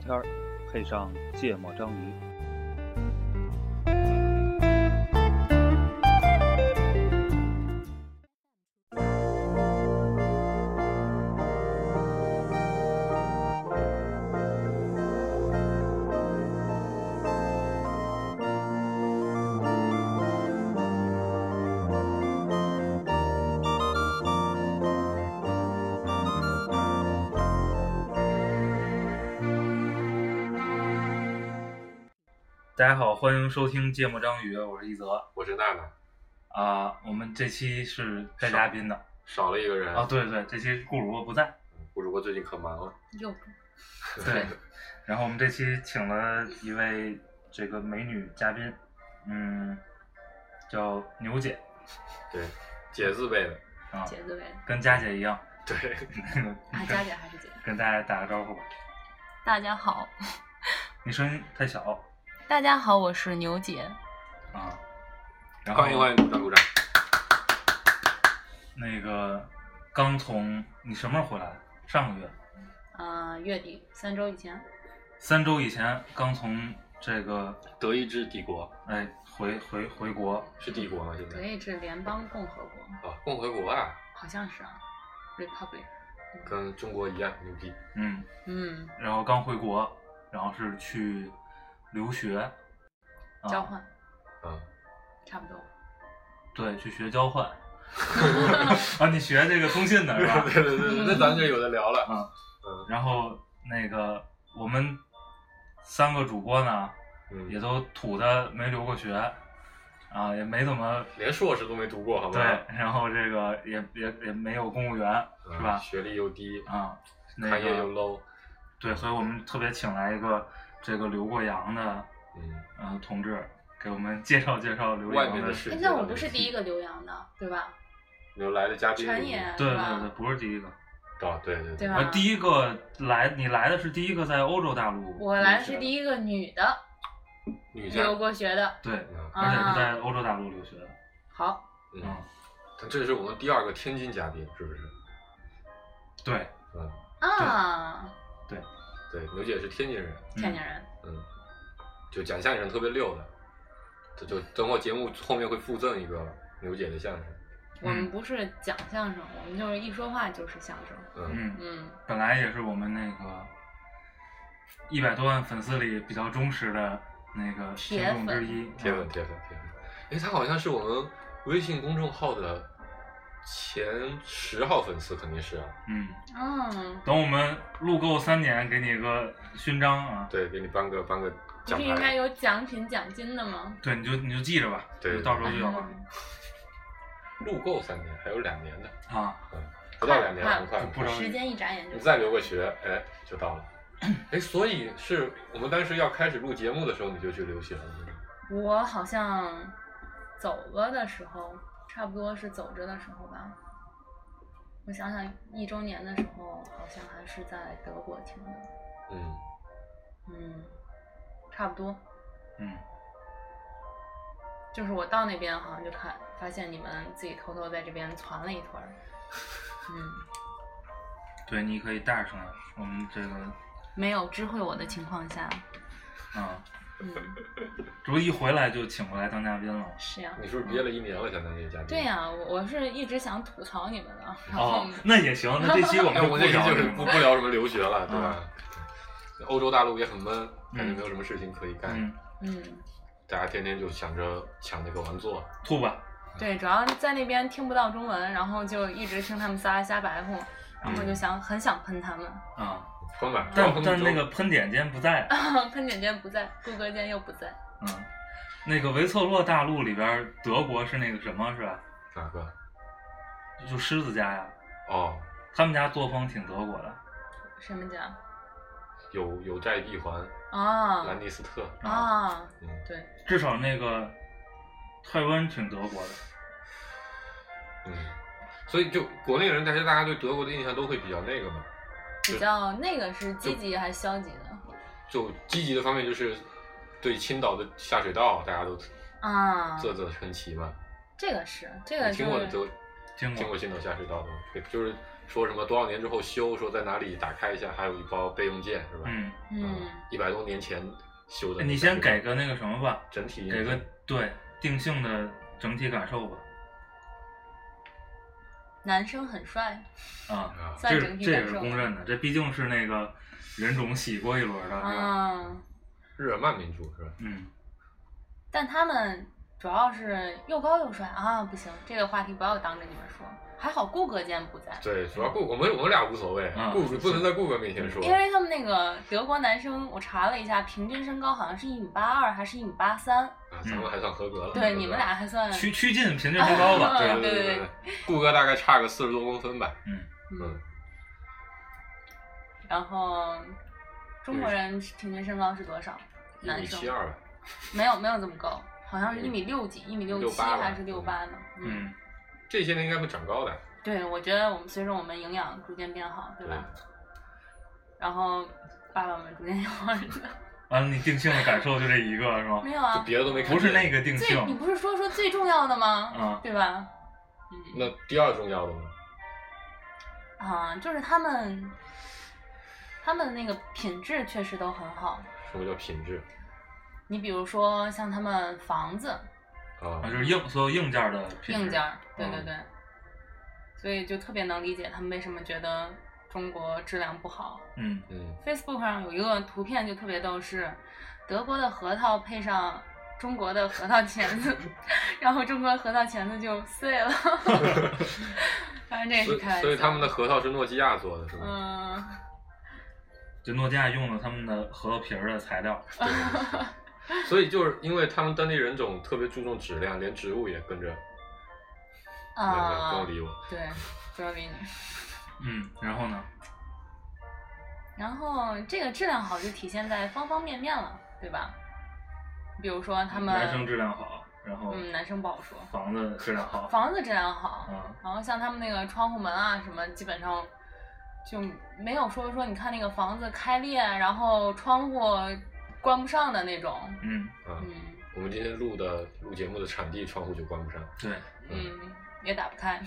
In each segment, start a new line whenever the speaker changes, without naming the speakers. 片儿，配上芥末章鱼。
大家好，欢迎收听《芥末章鱼》，我是一泽
我是娜娜，
啊。我们这期是带嘉宾的
少了一个人
啊，对对，这期顾主播不在，
顾主播最近可忙了，
又不
对。然后我们这期请了一位这个美女嘉宾，嗯，叫牛姐
对，姐字辈的，
啊，
姐字呗，
跟佳姐一样，
对，
那个
啊，佳姐还是姐。
跟大家打个招呼吧。
大家好，
你声音太小
大家好，我是牛姐。
啊。然后
欢迎欢迎，鼓掌鼓掌。
那个刚从你什么时候回来？上个月，
呃，月底三周以前，
三周以前刚从这个
德意志帝国
哎回回回国
是帝国吗？现
德
在
意志联邦共和国，
啊，共和国啊，
好像是啊，Republic。
跟中国一样牛逼，
嗯，
嗯，
然后刚回国，然后是去留学，啊
嗯交换
啊，
差不多。
对，去学交换。 啊，你学这个通信的是吧？
对对对，
嗯
那咱就有的聊了，
嗯然后那个我们三个主播呢，也
嗯，
都土的没留过学，啊，也没怎么
连硕士都没读过，好
对
吗？，啊
然后这个也也也没有公务员
嗯
是吧？
学历又低，
啊，那
行业又
个
low，
对，所以我们特别请来一个这个留过洋的
嗯，
嗯同志，给我们介绍介绍留
外
洋
面的
的
世界
哎，
的
那
东西，
我不是 第一个留洋的，对吧？
有来的嘉宾，
陈也
对
是吧
对对，不是第一个。
啊，对对
啊对吧
啊，第一个来，你来的是第一个在欧洲大陆，
我来是第一个女的
女嘉
留过学的。
对，
嗯
啊
而且是在欧洲大陆留学的。
好，
嗯
嗯，，
这是我们第二个天津嘉宾，是不是？
对，
嗯，
啊，
对，牛姐是天津人，
天津人，
嗯，就讲相声特别溜的，这就等我节目后面会附赠一个牛姐的相声，
我们不是讲相声，我们就是一说话就是相声。
嗯，
嗯，
嗯，
本来也是我们那个一百多万粉丝里比较忠实的那个听
铁
众
粉
之一。
铁粉
嗯
铁粉铁粉，哎，他好像是我们微信公众号的前十号粉丝，肯定是啊，
嗯，
嗯，
等我们录够三年，给你个勋章啊。
对，给你颁个颁个
不
奖
是应该
牌，
有奖品奖金的吗？
对，你就你就记着吧，
对
就到时候就有 了
嗯
录够三年，还有两年的，
啊。
不到两年，很快，
不不知道
时间一眨眼就
你再留个学，哎，就到了。哎，所以是我们当时要开始录节目的时候，你就去留学了，是吗
我好像走了的时候，差不多是走着的时候吧。我想想，一周年的时候好像还是在德国停的，
嗯，
嗯，差不多。
嗯，
就是我到那边好像就看发现你们自己偷偷在这边攒了一团 儿，嗯，
对，你可以带上来，我们这个
没有知会我的情况下，
啊，
嗯，
这不一回来就请过来当嘉宾了。
是呀、
你是不是憋了一年了，相当于嘉宾？
对呀、我我是一直想吐槽你们的，然后、
哦，那也行，那这期我们
那
就
哎我
不
那
聊
就
这
是
个
不
了
不聊什么留学了，对吧？欧洲大陆也很闷，感觉没有什么事情可以干，
嗯，
嗯，
大家天天就想着抢那个王座。
吐吧。
对，主要在那边听不到中文，然后就一直听他们仨瞎白话，然后就想、很想喷他们。
啊，
喷吧，
但
喷
但
州
那个喷点间不在，
喷姐姐不在，顾哥今天又不在，
嗯，那个维策洛大陆里边儿，德国是那个什么是吧？
哪个？
就狮子家呀，
哦，
他们家作风挺德国的，
什么家？
有有债必还，
啊
兰尼斯特。
啊，
嗯，
对，
至少那个泰温挺德国的。
嗯，所以就国内人，大家大家对德国的印象都会比较那个嘛，
比较那个是积极还是消极的？
就积极的方面就是对青岛的下水道，大家都
啊，
啧啧称奇嘛。
这个是这个
你
就
听过
是
德
听
听
过
过青岛下水道的吗？对，就是说什么多少年之后修，说在哪里打开一下，还有一包备用件是吧？
嗯，
嗯，
一百多年前修的。
哎
嗯
你先给个那个什么吧，
整体印
给
象
个对定性的整体感受吧。
男生很帅，
啊，
啊，
算
这
整体
这
感
个是
受
公认的，这毕竟是那个人种洗过一轮的，是吧？
嗯，
日耳曼民族是吧？
嗯，
但他们主要是又高又帅啊，不行，这个话题不要当着你们说。还好顾哥今天不在，
对，主要顾我们我们俩无所谓
嗯，
顾不能在顾哥面前说。
因为他们那个德国男生，我查了一下，平均身高好像是一米八二还是一米八三，
啊，咱们还算合格了。
对，你们俩还算
趋趋近平均不高吧？
对
嗯
吧对
对
对
对
对，顾哥大概差个四十多公分吧。
嗯
嗯，，
然后中国人平均身高是多少？
一米
男生
七二吧。
没有没有这么高，好像是
嗯
一米六几，一米六
六
七
八吧
还是六八呢？
嗯，
这些年应该会长高的。
对，我觉得我们随着我们营养逐渐变好，对吧？然后爸爸们逐 渐养儿子，
完了，你定性的感受就这一个是吗？
没有
就
啊？
别的都没看见。
不是那个定
最你
性，
不是说说最重要的吗？
嗯
对吧？嗯
那第二重要的呢？
啊，就是他们，他们那个品质确实都很好。
什么叫品质
你比如说像他们房子
啊
啊，？就是硬所有硬件的品质
硬件儿，对对
嗯
对，所以就特别能理解他们为什么觉得中国质量不好。
嗯，
嗯，
Facebook 上有一个图片就特别逗，是德国的核桃配上中国的核桃钳子， 然后中国的核桃钳子就碎了。 当然这也
所
是
以
开玩笑。
所以他们的核桃是诺基亚做的，是吗？
嗯，
就诺基亚用了他们的核桃皮儿的材料，
所以就是因为他们当地人种特别注重质量，连植物也跟着。没有没有，不
啊
用，理我。
对，不要理你。
嗯，然后呢，
然后这个质量好就体现在方方面面了，对吧？比如说他们
男生质量好，然后
嗯，男生不好说，
房子质量好，
房子质量好，
啊，
然后像他们那个窗户门啊什么，基本上就没有说说你看那个房子开裂，然后窗户关不上的那种。
嗯，
啊，
嗯
我们今天录的录节目的场地窗户就关不上。
对，
嗯，也打 不开，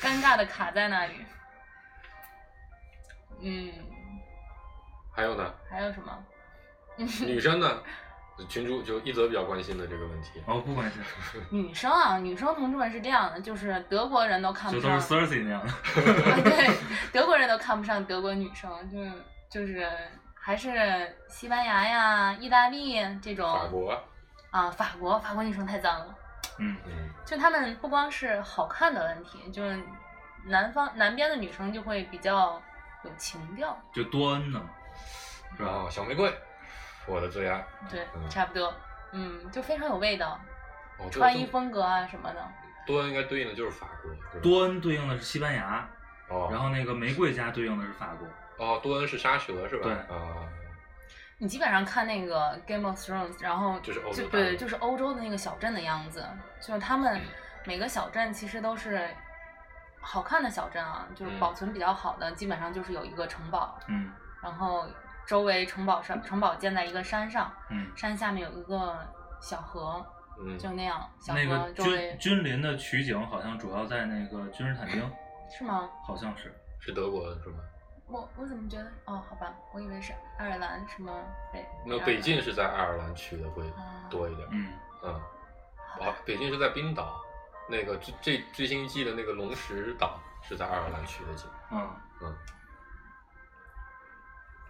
尴尬的卡在那里。嗯，
还有呢，
还有什么？
女生呢？群主就一则比较关心的这个问题，
哦，不关心，
女生啊，女生同志们是这样的，就是德国人都看
就
不
都
上，
是 Thursday 那样的，
啊 对，德国人都看不上德国女生，就是就是还是西班牙呀、意大利这
哦
种
法国啊，
啊，法国法国女生太脏了，
嗯，
嗯，
就她们不光是好看的问题，就是南方南边的女生就会比较有情调，
就多恩的嘛，是
然
吧？
后小玫瑰，我的最爱，
对，
嗯
差不多，嗯，就非常有味道，
哦，
穿衣风格啊什么的，
多应该对应的就是法国，是吧
多恩对应的是西班牙，
哦，
然后那个玫瑰家对应的是法国，
哦，多恩是沙蛇是吧？
对
啊，
你基本上看那个《Game of Thrones》，然后
就是欧洲
就
大陆
对，就是欧洲的那个小镇的样子，就是他
嗯
们每个小镇其实都是好看的小镇啊，就是
嗯
保存比较好的，基本上就是有一个城堡，
嗯
然后周围城堡上城堡建在一个山上，
嗯，
山下面有一个小河，
嗯，
就那样，小
那
河
个
周
君
围
君临的取景好像主要在那个君士坦丁，
是吗？
好像是，
是德国的是吗？
我我怎么觉得哦，好吧，我以为是爱尔兰什么北
那北境是在爱尔兰区的会
啊
多一点，
嗯，
嗯，啊，北境是在冰岛，那个最最最新一季的那个龙石岛是在爱尔兰区的境，
嗯
嗯，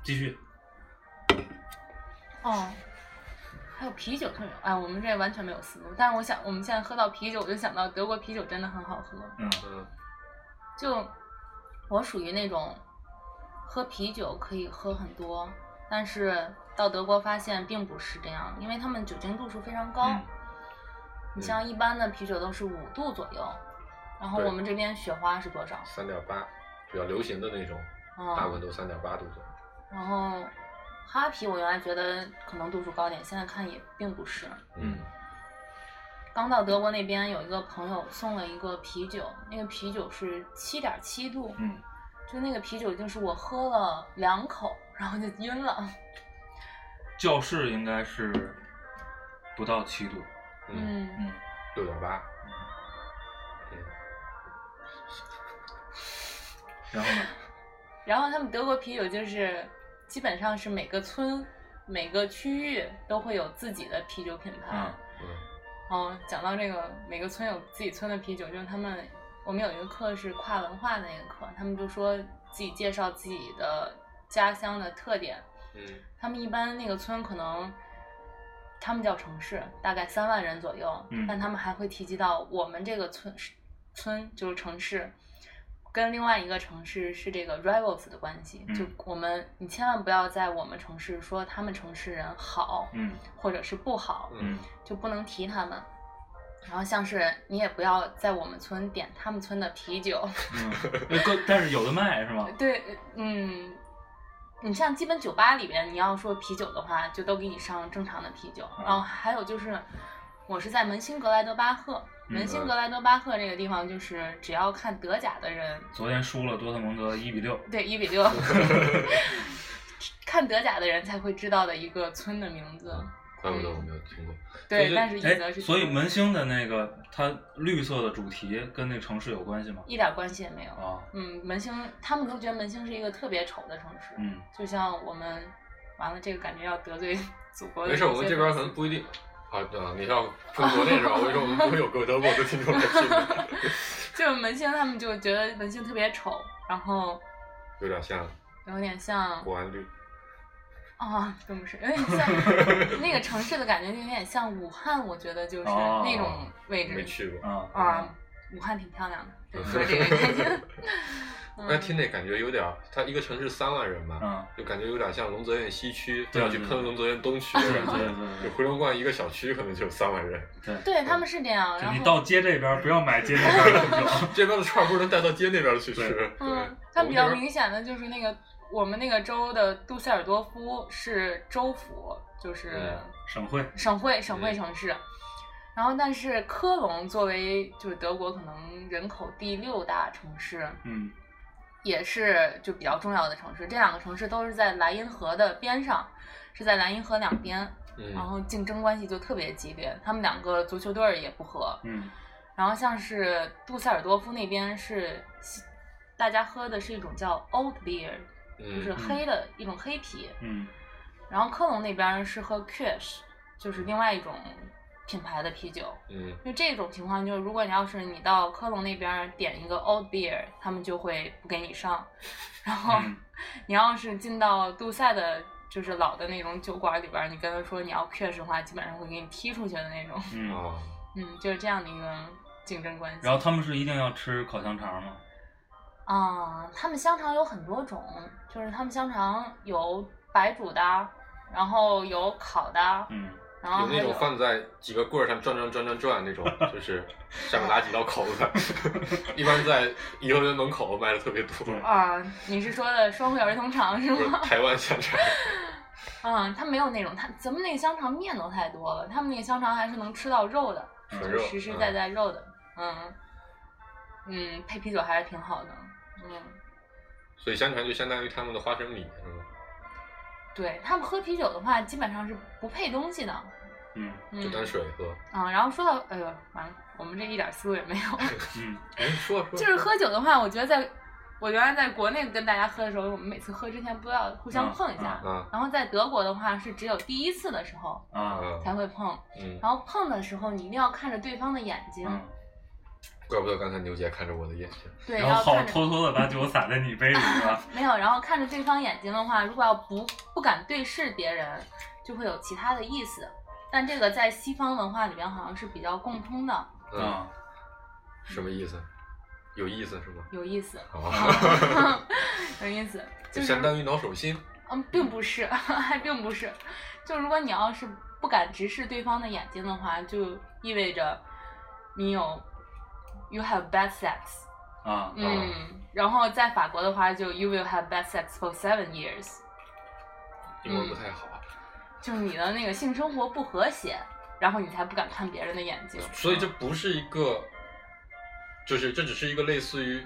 继续，
哦，还有啤酒特别哎，我们这完全没有思路。但是我想，我们现在喝到啤酒，我就想到德国啤酒真的很好喝。
嗯
嗯，
就我属于那种喝啤酒可以喝很多，但是到德国发现并不是这样，因为他们酒精度数非常高。
嗯
你像一般的啤酒都是五度左右，然后
对
我们这边雪花是多少？
三点八，比较流行的那种，大部
啊、
分都三点八度左右。
然后哈啤我原来觉得可能度数高点，现在看也并不是。
嗯
刚到德国那边有一个朋友送了一个啤酒，那个啤酒是七点七度，
嗯，
就那个啤酒就是我喝了两口，然后就晕
嗯
了。
教室应该是不到七度，
嗯，
嗯，
嗯，
六点八。嗯，
然 后呢？
然后他们德国啤酒就是基本上是每个村、每个区域都会有自己的啤酒品牌。
嗯
嗯
哦，讲到这个，每个村有自己村的啤酒，就是他们，我们有一个课是跨文化的那个课，他们就说自己介绍自己的家乡的特点。
嗯
他们一般那个村可能，他们叫城市，大概三万人左右，
嗯
但他们还会提及到我们这个村村就是城市。跟另外一个城市是这个 rivals 的关系，
嗯
就我们，你千万不要在我们城市说他们城市人好，
嗯
或者是不好，
嗯
嗯
就不能提他们。然后像是你也不要在我们村点他们村的啤酒，
嗯，那各但是有的卖是吗？
对，嗯，你像基本酒吧里边，你要说啤酒的话，就都给你上正常的啤酒。
嗯
然后还有就是，我是在门兴格莱德巴赫，
嗯
门兴格莱德巴赫这个地方，就是只要看德甲的人，
昨天输了多特蒙德一比六。
对一比 六，看德甲的人才会知道的一个村的名字。
怪不得我没有听过。
对，
所以
但是一
哎，
则是
所以门兴的那个它绿色的主题跟那个城市有关系吗？
一点关系也没有。
啊，
嗯，门兴他们都觉得门兴是一个特别丑的城市，
嗯，
就像我们完了这个感觉要得罪祖国的
没
一些
事，
粉丝。
我们这边可嗯能不一定。啊，对啊，你要跟国内是吧？我跟你说，我们不会有各德国的听众来听的，
就是门兴他们就觉得门兴特别丑，然后
有点像
有点像
国安绿。
啊，都不是，有点 像那个城市的感觉，就有点像武汉，我觉得就是
哦
那种位
没
置
去过。
啊
啊，，武汉挺漂亮 的，对，就是这个感觉。
那听那感觉有点儿，它一个城市三万人嘛，
嗯，
就感觉有点像龙泽院西区，
对
非要去
对
喷龙泽院东区，
对对对
就
对
回龙观一个小区可能就有三万人。
对对。
对，他们是这样，
就
然
你
后
到街这边儿不要买街那边的啤 酒，
这边的串儿不能带到街那边去吃
对，
嗯
对，
它比较
我们这边
明显的就是那个我们那个州的杜塞尔多夫是州府，就是
嗯
省会。
省会省会
嗯
城市。然后，但是科隆作为就是德国可能人口第六大城市，
嗯
也是就比较重要的城市。这两个城市都是在莱茵河的边上，是在莱茵河两边，
嗯，
然后竞争关系就特别激烈。他们两个足球队儿也不和，
嗯
然后像是杜塞尔多夫那边是西大家喝的是一种叫 old beer，就是
嗯，
黑的、一种黑啤。
嗯
然后科隆那边是喝 Kirsch，就是另外一种品牌的啤酒。
嗯，
就这种情况，就是如果你要是你到科隆那边点一个 old beer，他们就会不给你上。 然后
嗯
你要是进到杜塞的，就是老的那种酒馆里边，你跟他说你要 Kirsch 的话，基本上会给你踢出去的那种。
嗯。
啊，
嗯，就是这样的一个竞争关系。
然后他们是一定要吃烤香肠吗？
啊、他们香肠有很多种，就是他们香肠有白煮的，然后有烤的，
嗯，
然后
有
还
那种放在几个棍儿上转转转转转那种，就是上
哦
面拉几道口子， 一般在颐和园门口卖的特别多，
对
啊、你是说的双汇儿童肠是
不是
吗？
台湾香肠，
嗯，他没有那种，他咱们那个香肠面都太多了，他们那个香肠还是能吃到肉的，
嗯
就
肉
是实实在在肉的，嗯嗯，配啤酒还是挺好的，嗯，
所以香肠就相当于他们的花生米，是吗？
对他们喝啤酒的话，基本上是不配东西的，
嗯
嗯
就当水喝。
嗯，然后说到，哎呦，完了，我们这一点思路也没有。
嗯
嗯，说说
就是喝酒的话，我觉得在我原来在国内跟大家喝的时候，我们每次喝之前都要互
嗯
相碰一下。
啊
然后在德国的话，是只有第一次的时候
啊
啊，
才会碰，
嗯，
然后碰的时候你一定要看着对方的眼睛，
嗯，
怪不得刚才牛姐看着我的眼睛，
对，
然
要
后好
看着。
偷偷的把酒洒在你杯里是 吧？
没有，然后看着对方眼睛的话，如果要不不敢对视别人，就会有其他的意思。但这个在西方文化里边好像是比较共通的，哦
嗯，
啊，
什么意思？有意思是吗？
有意思，
啊，
有意思，
就
哦就是
相当于挠手心，
嗯，并不是，还并不是。就如果你要是不敢直视对方的眼睛的话，就意味着你有 you have bad sex。
啊
嗯，然后在法国的话，就 you will have bad sex for seven years，
英
嗯
文不太好，啊
就是你的那个性生活不和谐，然后你才不敢看别人的眼睛。
所以这不是一个，就是这只是一个类似于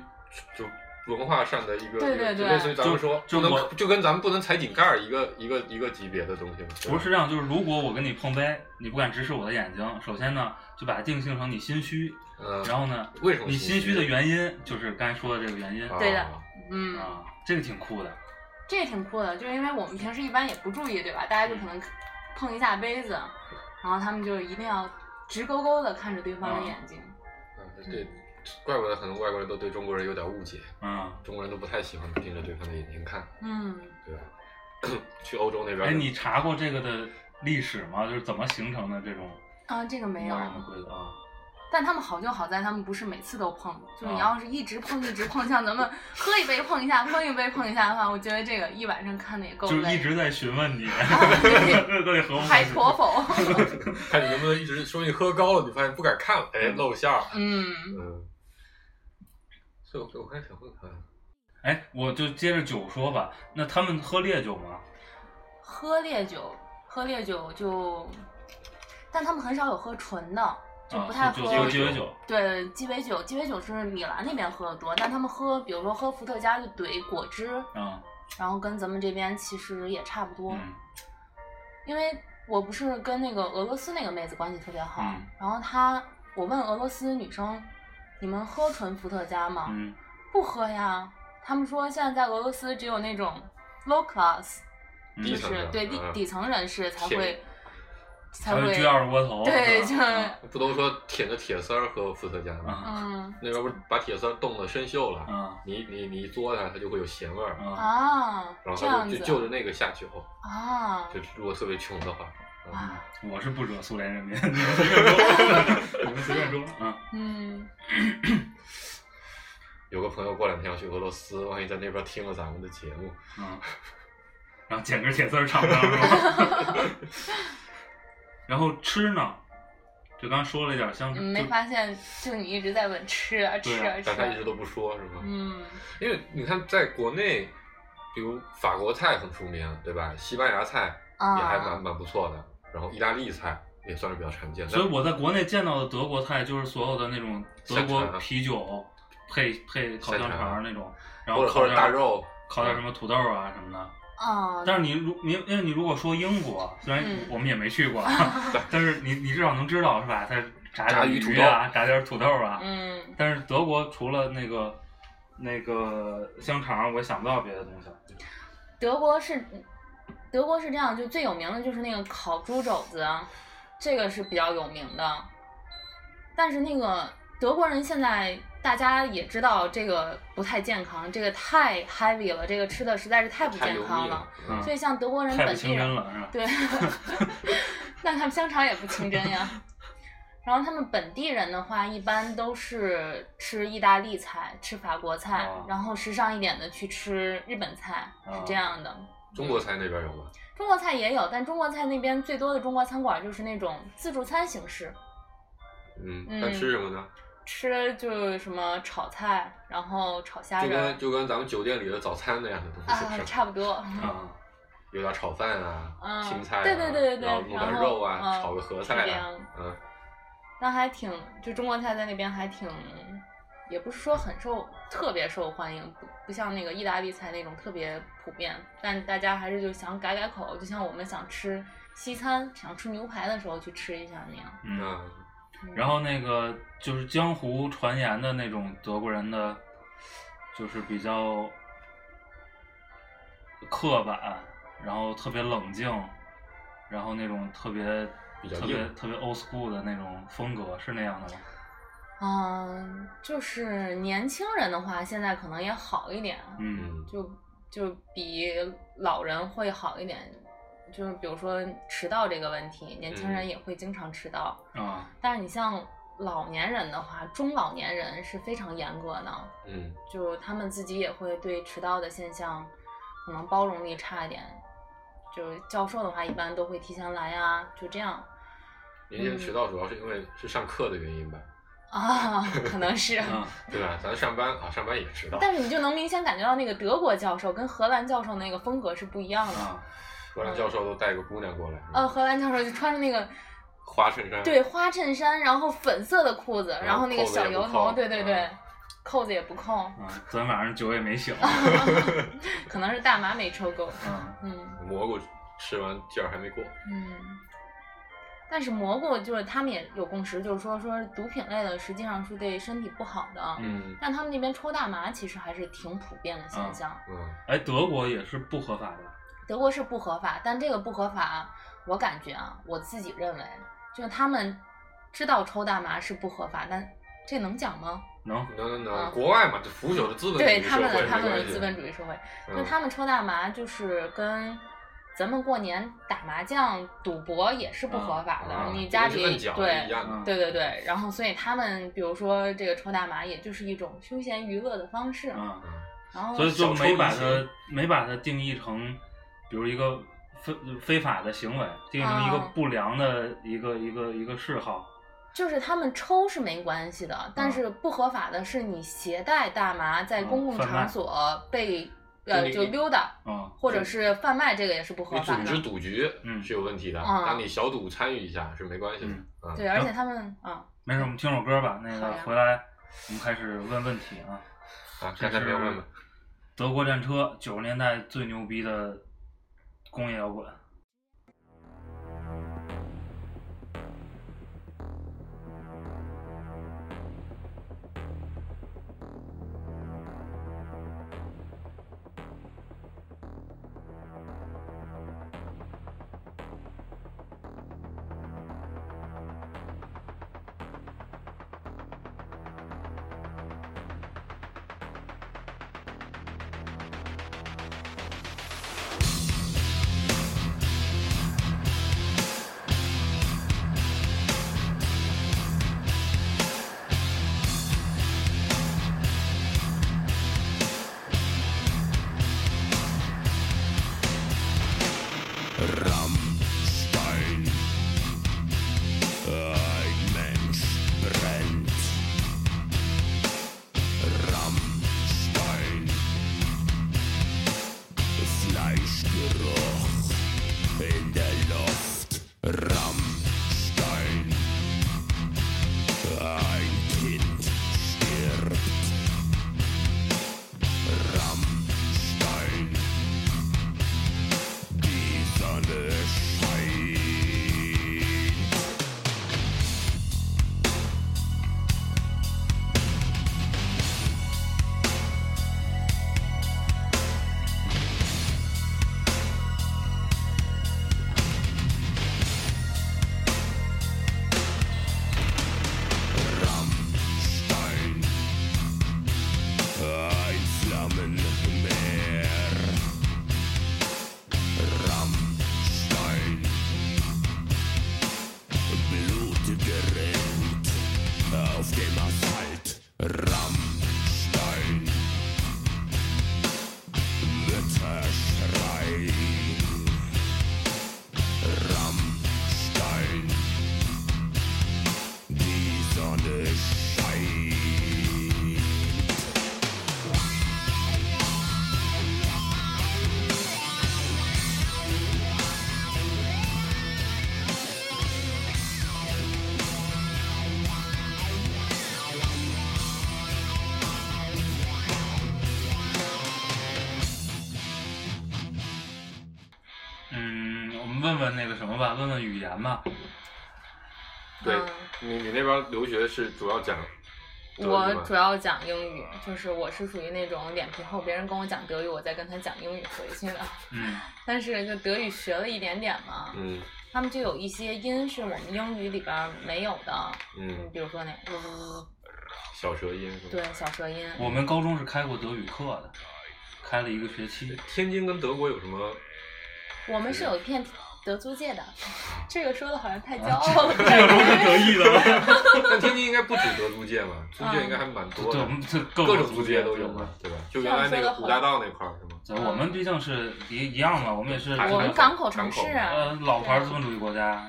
就。文化上的一个，
对对对
就类似于咱们说，
就
不
就我
能就跟咱们不能踩井盖儿一个一个一个级别的东西嘛，对吧
不是这样，就是如果我跟你碰杯，你不敢直视我的眼睛，首先呢就把它定性成你心虚，
嗯，
然后呢，
为什么
你心虚的
因？
原因就是刚才说的这个原因。
啊
对的嗯，
啊，这个挺酷的。
这也挺酷的，就是因为我们平时一般也不注意，对吧？大家就可能
嗯
碰一下杯子，然后他们就一定要直勾勾的看着对方的眼睛。
啊
嗯，对，怪不得很多外国人都对中国人有点误解，
嗯，
中国人都不太喜欢盯着对方的眼睛看，
嗯，
对吧？ 去欧洲那边，
哎，你查过这个的历史吗？就是怎么形成的这种
啊，这个没有
骂。人的规则啊？
但他们好就好在他们不是每次都碰，就是你
啊
要是一直碰一直碰，像咱们喝一杯碰一下，喝一杯碰一下的话，我觉得这个一晚上看的也够
就是
累。啊
一直在询问你，
对
到底合不合
还
适
可否？
看你能不能一直，说不定喝高了，你发现不敢看了，哎，露馅儿。
嗯
嗯，所以我我还想问看，
哎，我就接着酒说吧。那他们喝烈酒吗？
喝烈酒，喝烈酒就，但他们很少有喝纯的，就
啊，
不太
就
喝。
就鸡尾酒。
对，鸡尾酒，鸡尾酒是米兰那边喝的多，但他们喝，比如说喝伏特加就怼果汁，
啊，
然后跟咱们这边其实也差不多。
嗯
因为我不是跟那个俄罗斯那个妹子关系特别好，
嗯
然后她我问俄罗斯女生，你们喝纯伏特加吗？
嗯，
不喝呀，他们说现在在俄罗斯只有那种 low class，
嗯
就
底层
是
人
对底
嗯
底层人士才会才
还有
会
撅二锅头。
对，
是
就
吧
是
不都说舔着铁丝儿喝伏特加 吗？
啊
嗯
那边不是把铁丝儿冻得生锈了，
啊
你你你一嘬它，它就会有咸味儿，
啊啊！
啊
然嗯后
这
他
样
就
子
就就着那个下酒，
啊
就如果特别穷的话，嗯
啊
我是不惹苏联 人民，你们随便说，你们随便说。啊，
嗯
有个朋友过两天要去俄罗斯，万一在那边听了咱们的节目，
嗯，然后捡根铁丝儿唱不上是吧？ 然后吃呢，就刚说了一点
嗯
像，
你嗯没
就
发现就你一直在问吃啊吃
对啊
啊吃
但他一直
啊，
都不说，是吗？
嗯
因为你看，在国内，比如法国菜很出名，对吧？西班牙菜也还蛮
啊
蛮不错的，然后意大利菜也算是比较常见。
所以我在国内见到的德国菜就是所有的那种德
香
国
肠
啤酒配配烤香肠儿那种，然后
或者
烤
或者
点
大肉，
烤点什么土豆啊什么的。
啊
但是你如你因为你如果说英国，虽然
嗯
我们也没去 过，但是你你至少能知道是吧？它炸
炸
点
鱼土
鱼啊，炸点土豆啊。
嗯
但是德国除了那个那个香肠儿，我也想不到别的东西了。
德国是德国是这样，就最有名的就是那个烤猪肘子，啊这个是比较有名的。但是那个德国人现在大家也知道这个不太健康，这个太 heavy 了，这个吃的实在是太不
太油
健康
腻
了。，
嗯
所以像德国人
太不
本地
清真
人，
了是吧？
对， 那他们香肠也不清真呀。然后他们本地人的话，一般都是吃意大利菜、吃法国菜，
哦
然后时尚一点的去吃日本菜，是这
哦
样的。
中国菜那边有吗？
中国菜也有，但中国菜那边最多的中国餐馆就是那种自助餐形式，
嗯，
嗯
那吃什么呢？
吃就是什么炒菜，然后炒虾
就
仁
跟
儿
就跟咱们酒店里的早餐那样的东
啊
西，是吧？
差不多。
啊，
有点炒饭啊，
嗯
青菜啊，
对对对对
然后弄点
然后
肉啊，
嗯
炒个合菜
是这
啊
样，
嗯，
但还挺，就中国菜在那边还挺，也不是说很受特别受欢迎，不不像那个意大利菜那种特别普遍，但大家还是就想改改口，就像我们想吃西餐、想吃牛排的时候去吃一下那样。
嗯。
那
嗯
然后那个就是江湖传言的那种德国人的，就是比较刻板，然后特别冷静，然后那种特别
比较
特别
硬
特别 old school 的那种风格，是那样的吗？
嗯，就是年轻人的话，现在可能也好一点，
嗯
嗯，
就就比老人会好一点。就是比如说迟到这个问题，年轻人
嗯
也会经常迟到，
啊，
但是你像老年人的话，中老年人是非常严格的，
嗯，
就他们自己也会对迟到的现象可能包容力差一点。就教授的话，一般都会提前来啊，就这样
年轻
嗯
人迟到主要是因为是上课的原因吧，
啊，可能是。
啊，
对吧？咱上班啊，上班也迟到，
但是你就能明显感觉到那个德国教授跟荷兰教授那个风格是不一样的。
嗯
啊，
荷兰教授都带个姑娘过来，嗯
呃，荷兰教授就穿着那个
花衬衫，
对花衬衫，然后粉色的裤子，
嗯
然后那个小油
扣子也不
头，
扣
对对对
嗯，
扣子也 不扣，
啊，昨天晚上酒也没醒，
可能是大麻没抽够。
啊，
嗯
蘑菇吃完劲儿还没过，
嗯。但是蘑菇就是他们也有共识，就是说说毒品类的实际上是对身体不好的。
嗯
但他们那边抽大麻其实还是挺普遍的现象。
嗯，
哎，德国也是不合法的，
德国是不合法，但这个不合法，我感觉啊，我自己认为，就是他们知道抽大麻是不合法，但这能讲吗？
能
能能
啊
能，国外嘛，这腐朽的资本主
对
义社
他
会
们的
没
他们的
关系，
资本主义社会，就
嗯
他们抽大麻就是跟。咱们过年打麻将、赌博也是不合法的，
啊
你家
就跟
里
是摁脚
对嗯
一样的，
对对对，然后所以他们比如说这个抽大麻，也就是一种休闲娱乐的方式。
嗯
啊，
然后
所以就
小抽
没
一
把
些
它没把它定义成，比如一个非非法的行为，定义成一个
啊
不良的一个一个一个嗜好。
就是他们抽是没关系的，
嗯
但是不合法的是你携带大麻在公共
嗯贩卖
场所被、
就
呃
你
就溜达，
啊，
或者是贩卖，这个也是不合
你
法
组织
的。
赌局
嗯
是有问题的，
啊
但你小赌参与一下是没关系的
嗯。
嗯，
对，而且他们啊，
没事，我们听首歌吧。那
好
个
呀
回来，我们开始问问题啊。
啊，
这
看看
是
别问吧。
德国战车九十年代最牛逼的工业摇滚。
Rammstein. Ein Mensch brennt. Rammstein. Fleischgeruch in der Luft. Rammstein. Ein Kind stirbt. Rammstein. Die Sonne scheint. Rammstein. Ein Flammenmeer. Rammstein. Blut gerinnt auf dem Asphalt. Rammstein. Mütter schreien. Rammstein. Die Sonne scheint.
嗯，我们问问那个什么吧，问问语言吧。
对
嗯，
你你那边留学是主要讲德语吗，
我主要讲英语，就是我是属于那种脸皮厚，别人跟我讲德语，我再跟他讲英语回去的。
嗯，
但是就德语学了一点点嘛，
嗯
他们就有一些音是我们英语里边儿没有的，嗯，
嗯
比如说那呃，
小舌音是吗？
对，小舌音。
我们高中是开过德语课的，开了一个学期。
天津跟德国有什 么？
我们是有一片德租界的， 这个说的好像太骄
啊
傲 了。
这有什么得意的？
但天津应该不止德租界嘛，租界应该还蛮多
对，我
的，
们这
嗯各
各
种租界都有
嘛
嘛。，对吧？就原来那个古大道那块儿是吗？
对，我们毕竟是一一样嘛，我们也是
还是
我们港口城市
呃
啊，
老牌资本主义国家。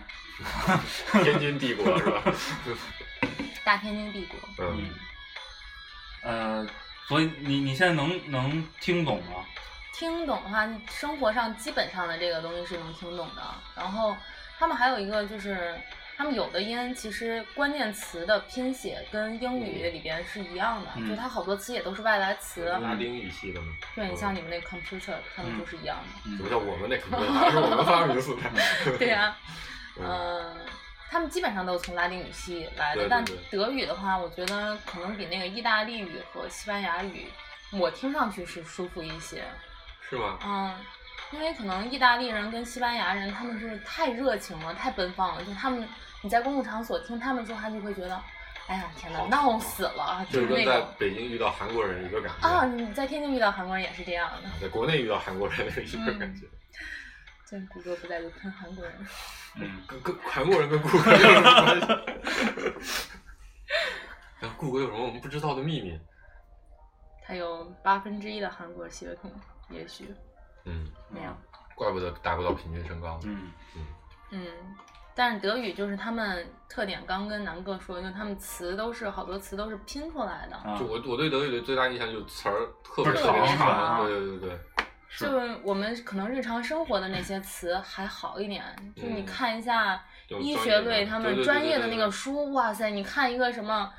天津帝国是吧？
大天津帝国。
嗯，
呃，所以你你现在能能听懂吗？
听懂的话，生活上基本上的这个东西是能听懂的。然后他们还有一个就是，他们有的音其实关键词的拼写跟英语里边是一样的，
嗯
就它好多词也都是啊外来词。
拉丁语系的嘛。
对，你像你们那 computer，他们就是
嗯
一样的。
什么叫我们那可不是，还是我们发明出来的。
对呀、
嗯
啊嗯，他们基本上都是从拉丁语系来的，
对对
但
对
德语的话，我觉得可能比那个意大利语和西班牙语，我听上去是舒服一些。
是吗？
嗯，因为可能意大利人跟西班牙人他们是太热情了，太奔放了，就他们你在公共场所听他们说话，就会觉得，哎呀天哪，
好
闹死了，
就是跟
那
在
种
北京遇到韩国人一个感觉，
啊，你在天津遇到韩国人也是这样的，
在国内遇到韩国人一个感觉，
这谷歌不在就喷韩国人。
嗯，
跟跟韩国人跟顾客有什么关系？ 然后顾客有什么我们不知道的秘密？
它有八分之一的韩国血统，也许
嗯，
没有。
怪不得达不到平均身高。
嗯，
嗯，但是德语就是他们特点，刚跟南哥说，就他们词都是好多词都是拼出来的，
啊
就，我我对德语的最大印象嗯就是词儿特别
特别
长，
长
对对对对，
是
就是我们可能日常生活的那些词还好 一点，就你看一下
就
医
嗯专
学
业
类
的
他
对
们
对
专
对
业
对
的那
对
个书，哇塞，你看一个什么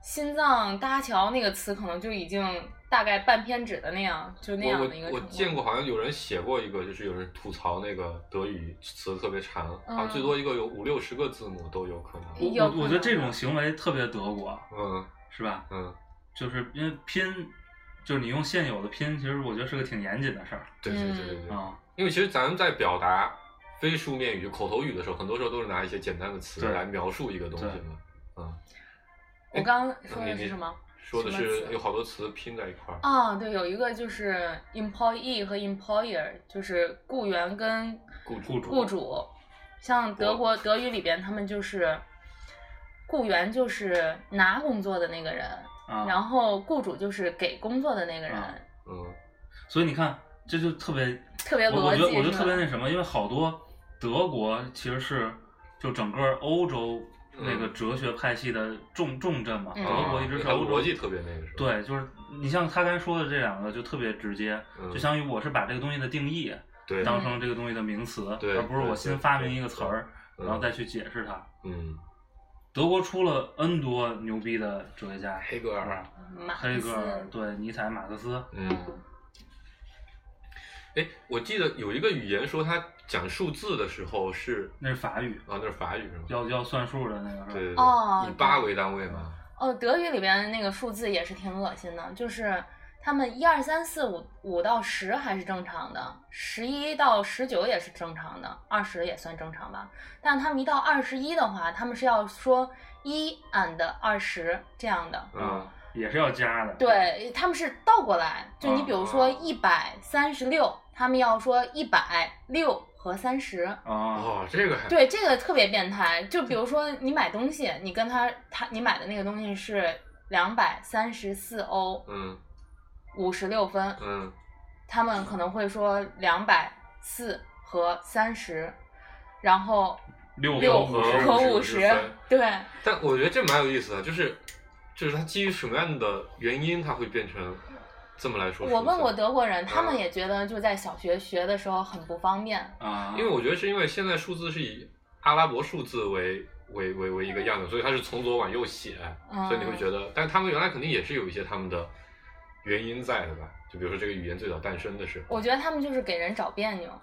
心脏搭桥那个词，可能就已经大概半篇纸的那样，就那样
我
的一个
我我
程度
见过，好像有人写过一个，就是有人吐槽那个德语词特别长，好像
嗯
最多一个有五六十个字母都有可
我
能。
有
我我觉得这种行为特别德国，
嗯
是吧？
嗯，
就是因为拼，就是你用现有的拼，其实我觉得是个挺严谨的事儿
对对对对对，
啊。
因为其实咱们在表达非书面语、口头语的时候，很多时候都是拿一些简单的词
对
来描述一个东西
对
嘛。嗯，
我刚
哎
刚说的是什么？
说的
什么
是
词
有好多词拼在一块儿。
啊，对，有一个就是 employee 和 employer，就是雇员跟
雇主
雇主
雇主。像德国德语里边，他们就是雇员就是拿工作的那个人，
啊，
然后雇主就是给工作的那个人，
啊
哦
嗯，
所以你看，这就特别，
特别
我我
逻
觉
辑
得我觉得
是
特别
吧
那什么，因为好多德国其实是就整个欧洲那个
嗯哦
哲学派系的重重镇嘛，
嗯
德国一直是欧洲
逻辑特别那个是吧？
对，就是你像他刚才说的这两个就特别直接，
嗯
就相当于我是把这个东西的定义
对，
当成这个东西的名词，
对
而不是
对
我
对
新
对
发明
对
一个词儿，
嗯
然后再去解释它。
嗯，
德国出了 N 多牛逼的哲学家，
黑格
是
尔
吧，
马克
黑
思
格尔，对，尼采、马克思，
嗯。哎，我记得有一个语言说它讲数字的时候是
那是法语，
啊，那是法语是吗？
要要算数的那个
对
是吧？
对对，
哦
以八为单位嘛。
哦，德语里边那个数字也是挺恶心的，就是他们一二三四五五到十还是正常的，十一到十九也是正常的，二十也算正常吧。但他们一到二十一的话，他们是要说一 and 二十这样的。
嗯，
啊也是要加的。，
对，他们是倒过来，就你比如说
啊
一百三十六，他们要说一百六和三十。
啊，
哦，这个还
对，这个特别变态。就比如说你买东西，你跟他他你买的那个东西是两百三十四欧
嗯
五十六分，
嗯
他们可能会说两百四和三十，然后
六
六
和
50
和
50
十
分，
对，
但我觉得这蛮有意思的，就是就是它基于什么样的原因，它会变成这么来说数字？
我问过德国人，他们
嗯
也觉得就在小学学的时候很不方便。
啊，
因为我觉得是因为现在数字是以阿拉伯数字为为为为一个样子，所以它是从左往右写，
嗯
所以你会觉得，但他们原来肯定也是有一些他们的原因在的吧？就比如说这个语言最早诞生的时候，
我觉得他们就是给人找别扭，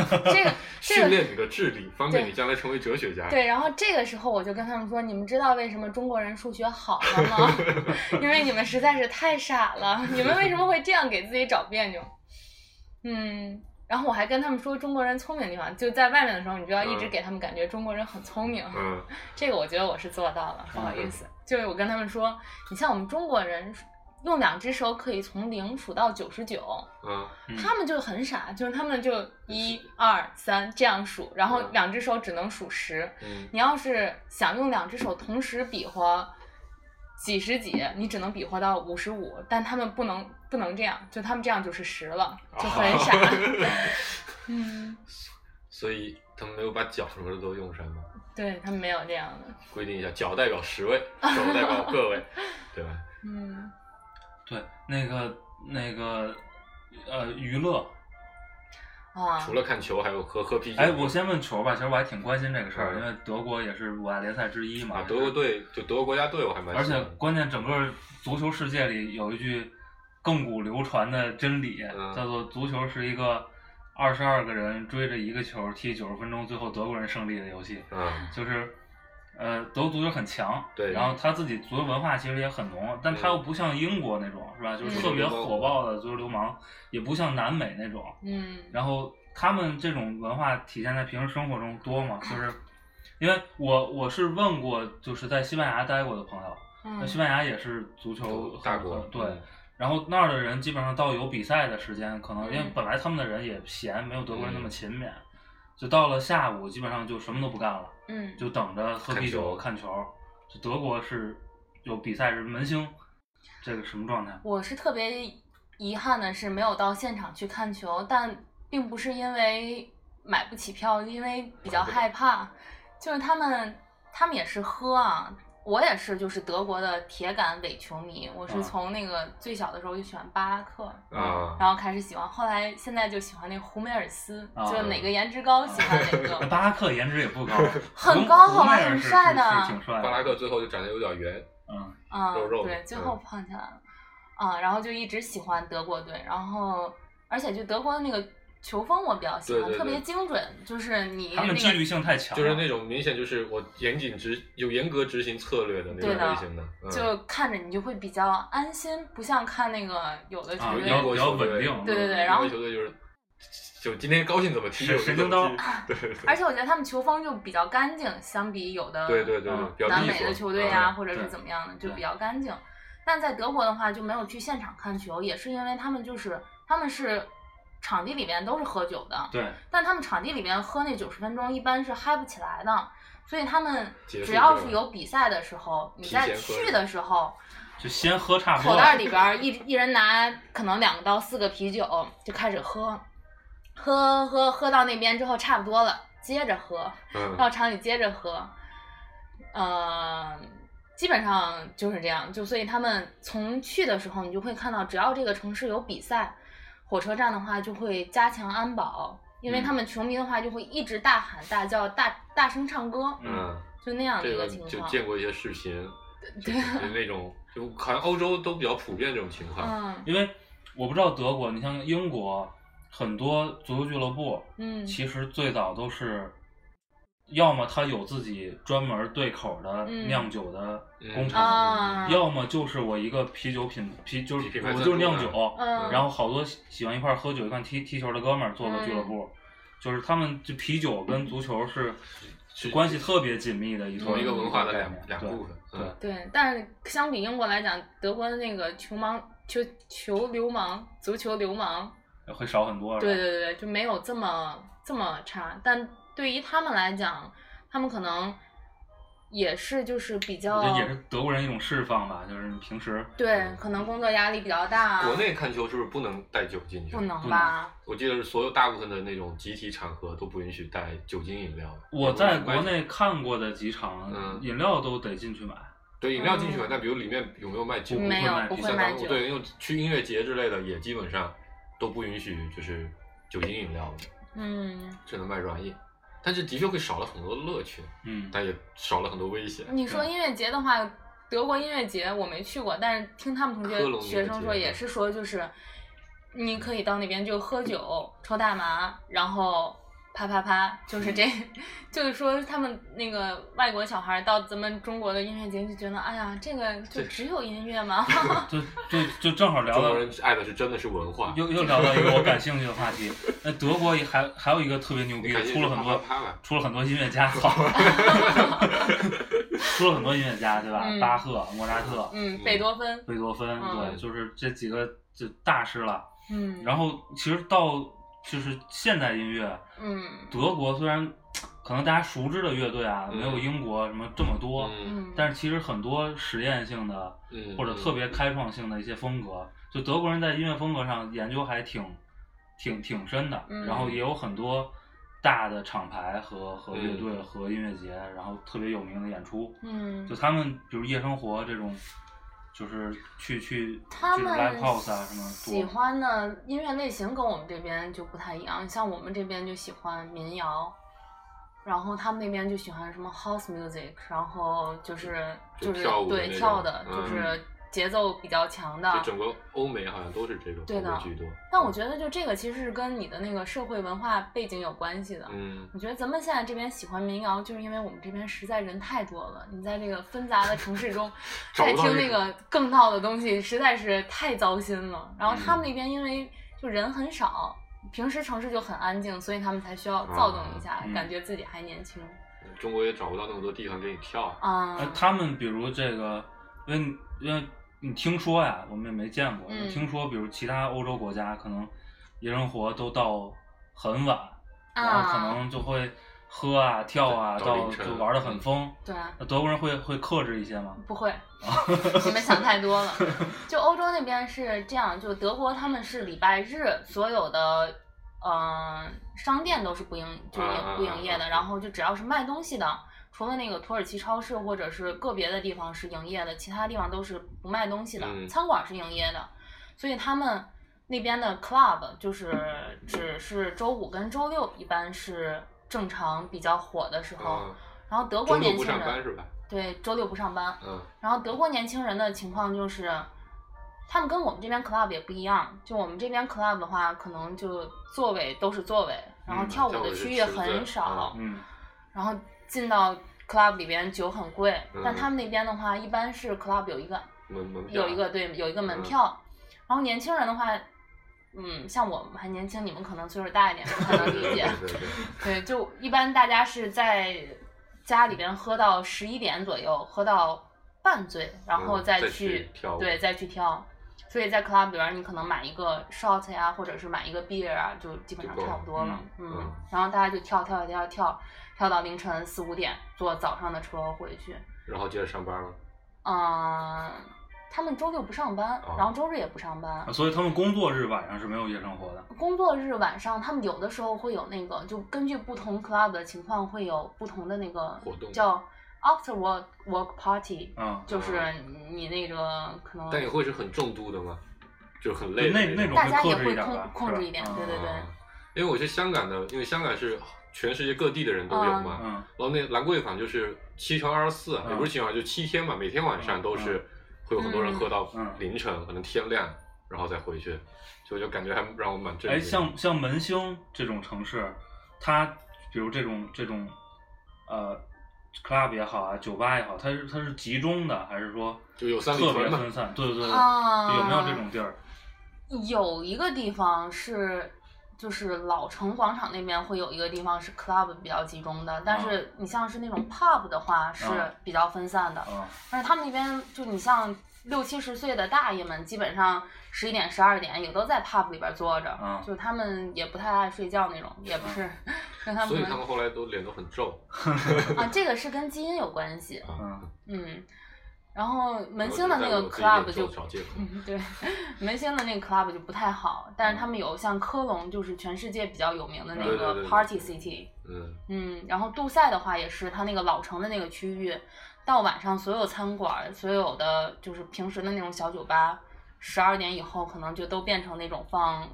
这个 这
训
个
练你的智力，方便你将来成为哲学家。
对。然后这个时候我就跟他们说，你们知道为什么中国人数学好了吗？ 因为你们实在是太傻了，你们为什么会这样给自己找别扭？嗯，然后我还跟他们说中国人聪明的地方，就在外面的时候，你就要一直
嗯
给他们感觉中国人很聪明。
嗯，
这个我觉得我是做到了，不好意思，就是我跟他们说，你像我们中国人。用两只手可以从零数到九十九，
嗯
嗯
他们就很傻，就是他们就一二三这样数，然后
嗯
两只手只能数十。
嗯
你要是想用两只手同时比划几十几，你只能比划到五十五，但他们不能不能这样，就他们这样就是十了，
哦
就很傻。 嗯，
所以他们没有把脚什么的都用上吗？
对他们没有这样的。
规定一下，脚代表十 位，手代表个位，对吧？
嗯，
对那个那个呃娱乐，
啊，
除了看球，还有喝喝啤酒。
哎，我先问球吧，其实我还挺关心这个事儿，
嗯
因为德国也是五大联赛之一嘛。
啊，德国队就德国国家队，我还蛮
而
喜
且
欢的
关键，整个足球世界里有一句亘古流传的真理，
嗯
叫做“足球是一个二十二个人追着一个球踢九十分钟，最后德国人胜利的游戏
嗯”。
就是呃，德国足球很强，
对
然后他自己足球文化其实也很浓，但他又不像英国那种，是吧？
嗯
就是特别火爆的足球流氓，也不像南美那种。
嗯
然后他们这种文化体现在平时生活中多吗？就是因为我我是问过，就是在西班牙待过的朋友，那
嗯
西班牙也是足球
都
很
大国嗯
很对。然后那儿的人基本上到有比赛的时间，可能因为
嗯
本来他们的人也闲，没有德国人那
嗯
么勤勉，就到了下午基本上就什么都不干了。
嗯
就等着喝啤酒
看
看球。就德国是有比赛是门兴，这个什么状态？
我是特别遗憾的是没有到现场去看球，但并不是因为买不起票，因为比较害怕，就是他们他们也是喝啊。我也是，就是德国的铁杆伪球迷。我是
嗯
从那个最小的时候就喜欢巴拉克，
啊，
然后开始喜欢，后来现在就喜欢那胡梅尔斯，
啊
就哪个颜值高喜欢哪
那
个。
啊巴拉克颜值也不 高，
很高好
胡
吧
梅尔是
很帅的
是是挺帅的。
巴拉克最后就长得有点圆，
嗯，
啊
肉，肉的
对，最后
嗯
胖起来了，啊，然后就一直喜欢德国队，然后而且就德国的那个球风我比较喜欢，
对对对
特别精准，就是你
他
嗯那
们
个
纪律性太强了，
就是那种明显就是我严谨执有严格执行策略的那种
对的
类型的，嗯
就看着你就会比较安心，不像看那个有的球
啊
队
要
英国
比较
球队
稳定
对对对然后
英国球队就是就今天高兴怎么踢，
神
我就
神经
怎么
刀
踢，对对
而且我觉得他们球风就比较干净，相比有的
对对对对，
嗯
比较
南
利
美
索
的球队啊，
嗯
或者是
对
怎么样的，就
对
比较干净。但在德国的话，就没有去现场看球，也是因为他们就是他们是场地里面都是喝酒的，
对，
但他们场地里面喝那九十分钟一般是嗨不起来的，所以他们
结束
只要
对吧
是有比赛的时候，你
提
在
前喝
去的时候，
就先喝差不多
口
了。
袋里边儿一一人拿可能两到四个啤酒就开始喝，喝喝喝到那边之后差不多了，接着喝，
嗯
到厂里接着喝，呃，基本上就是这样。就所以他们从去的时候，你就会看到，只要这个城市有比赛，火车站的话就会加强安保，因为
嗯
他们球迷的话就会一直大喊大叫、大大声唱歌，
嗯，
就那样的
这
一
个
情
就
况。
见过一些视频，就就那种就好像欧洲都比较普遍这种情况，
嗯
因为我不知道德国，你像英国，很多足球俱乐部
嗯
其实最早都是。要么他有自己专门对口的
嗯
酿酒的工
嗯
厂，
啊，
要么就是我一个啤酒品啤，就是
品牌
我
赞
就是
助
酿
的
酒，
嗯
然后好多喜喜欢一块儿喝酒、一块儿踢踢球的哥们儿做个俱乐部，
嗯
就是他们这啤酒跟足球是
是
关系特别紧密的一个
同一个文化的
概
两
念
两
对
部分，
对
嗯
对，但是相比英国来讲，德国的那个球盲、球球流氓、足球流氓，
会少很多。
对对对对，就没有这么这么差。但对于他们来讲，他们可能也是就是比
我
较
觉得也是嗯德国人一种释放吧，就是你平时
对，可能工作压力比较大。
国内看球是不是不能带酒进去？
不能
不
吧？
我记得是所有大部分的那种集体场合都不允许带酒精饮料。
我在国内看过的几场，
嗯
饮料都得进去买，
对饮料进去买，但比如里面有没有卖酒？
嗯没有
卖，
不
酒
会
像
卖
咱
酒
们。对，因为去音乐节之类的也基本上都不允许就是酒精饮料了，
嗯，
只能卖软饮。但是的确会少了很多乐趣，
嗯，
但也少了很多危险。
你说
对
音乐节的话，德国音乐节我没去过，但是听他们同
科隆
学
音乐
学生
节
说，也是说就是你可以到那边就喝酒、抽大麻，然后。啪啪啪，就是这， 就是说他们那个外国小孩到咱们中国的音乐节就觉得，哎呀，这个
这
就只有音乐吗？
就就就正好聊
中
到
国人爱的是真的是文化。
又又聊到一个我感兴趣的话题。那德国也还还有一个特别牛逼
你感
的，
兴
出
趣
了很多
啪啪啪吧
出了很多音乐 家，操， 出了很多音乐家，对吧？
嗯
巴赫、莫扎特、
嗯，贝多芬，
贝多芬，
嗯
对，就是这几个就大师了。
嗯，
然后其实到就是现代音乐，
嗯
德国虽然可能大家熟知的乐队啊，
嗯
没有英国什么这么多，
嗯
嗯，
但是其实很多实验性的
嗯，
或者特别开创性的一些风格，就德国人在音乐风格上研究还挺挺挺深的，
嗯
然后也有很多大的厂牌和和乐队
嗯
和音乐节，然后特别有名的演出，
嗯
就他们比如夜生活这种，就是去去
他
就是 live
们
house 啊什么
喜
多，
欢的音乐类型跟我们这边就不太一样，像我们这边就喜欢民谣，然后他们那边就喜欢什么 house music，然后就是
就
就是
跳舞的
对
那种
跳的，
嗯
就是节奏比较强的
就。整个欧美好像都是这种
嗯对的
风格居多。
但我觉得就这个其实是跟你的那个社会文化背景有关系的。
嗯，，
我觉得咱们现在这边喜欢民谣，就是因为我们这边实在人太多了。你在这个纷杂的城市中
找
在
不到
听
那
那
种
个更闹的东西，实在是太糟心了。然后他
嗯
们那边因为就人很少，平时城市就很安静，所以他们才需要躁动一下，
啊嗯
感觉自己还年轻
嗯中国也找不到那么多地方给你跳啊。
啊。
呃，他们比如这个，因为因为你听说呀，我们也没见过。
嗯
听说，比如其他欧洲国家可能夜生活都到很晚，然后可
啊，
能就会喝啊、跳啊，
到
到
凌晨
就玩的很疯。
对，啊
那德国人会会克制一些吗？
不会， 你们想太多了。就欧洲那边是这样，就德国他们是礼拜日所有的。嗯，商店都是不营，就是
啊啊啊
营不营业
啊
的。然后就只要是卖东西的，除了那个土耳其超市或者是个别的地方是营业的，其他地方都是不卖东西的。
嗯
餐馆是营业的，所以他们那边的 club 就是只是周五跟周六一般是正常比较火的时候。
嗯
然后德
周
国
六
哦年
不
轻
上班
人
是吧？
对周六不上班，
嗯，
然后德国年轻人的情况就是，他们跟我们这边 club 也不一样，就我们这边 club 的话，可能就座位都是座位，然后
嗯
跳舞
跳舞
的
是
区也
池子
很少，
嗯，
然后进到 club 里边酒很贵，
嗯
但他们那边的话，一般是 club 有一个
门门票
有一个对有一个门
嗯
票，然后年轻人的话。嗯，像我们还年轻，你们可能岁数大一点，不太
对
能
对
理
对
解。
对对对
对，就一般大家是在家里边喝到十一点左右，喝到半醉， 然后
嗯
再
再
去
去、跳舞
对再去跳。所以在 club 里边，你可能买一个 shot 呀、或者是买一个 beer 啊，就基本上
就够了
差不多了。
嗯
嗯
嗯
然后大家就跳跳跳跳跳到凌晨四五点，坐早上的车回去。
然后接着上班了。
嗯、他们周六不上班，
哦
然后周日也不上班。
啊所以他们工作日晚上是没有夜生活的。
工作日晚上，他们有的时候会有那个，就根据不同 club 的情况，会有不同的那个
活动
叫 after work work party，
啊，
就是你那个可能
哦但也会是很重度的嘛，就是很累
对
的
那
那
那
种
种
大家也
会克制
会
一点
控
吧
控
是吧
制一点，
嗯
对对对，
啊因为我去香港的，因为香港是全世界各地的人都有嘛，
嗯，
然后那兰桂坊就是七乘二十四，啊
嗯
也不是七乘二，就七天嘛，每天晚上都是会有很多人喝到
嗯
凌晨，可能天亮，然后再回去，所以就感觉还让我蛮震
哎，
惊。
像像门兴这种城市，它比如这种这种呃 club 也好啊，酒吧也好，它是它是集中的，还是说
就有三里
特
屯
别
嘛
分散？对对对，
啊
有没有这种地儿？
有一个地方是，就是老城广场那边会有一个地方是 club 比较集中的，
哦
但是你像是那种 pub 的话是
啊
比较分散的，
啊，
但是他们那边就你像六七十岁的大爷们，基本上十一点、十二点也都在 pub 里边坐着，
嗯
就是他们也不太爱睡觉那种，也不是跟他
嗯所以
们
他们后来都脸都很皱，
啊，这个是跟基因有关系，
嗯，
嗯。然后门
然后
兴的那
就在
个
我自己脸皱
club 就
找借口。
嗯，对，门兴的那个 club 就不太好，但是他们有像科隆，就是全世界比较有名的那
嗯对对对
个
对
party city，
嗯，
嗯，然后杜塞的话也是，它那个老城的那个区域，到晚上所有餐馆、所有的就是平时的那种小酒吧，十二点以后可能就都变成那种放，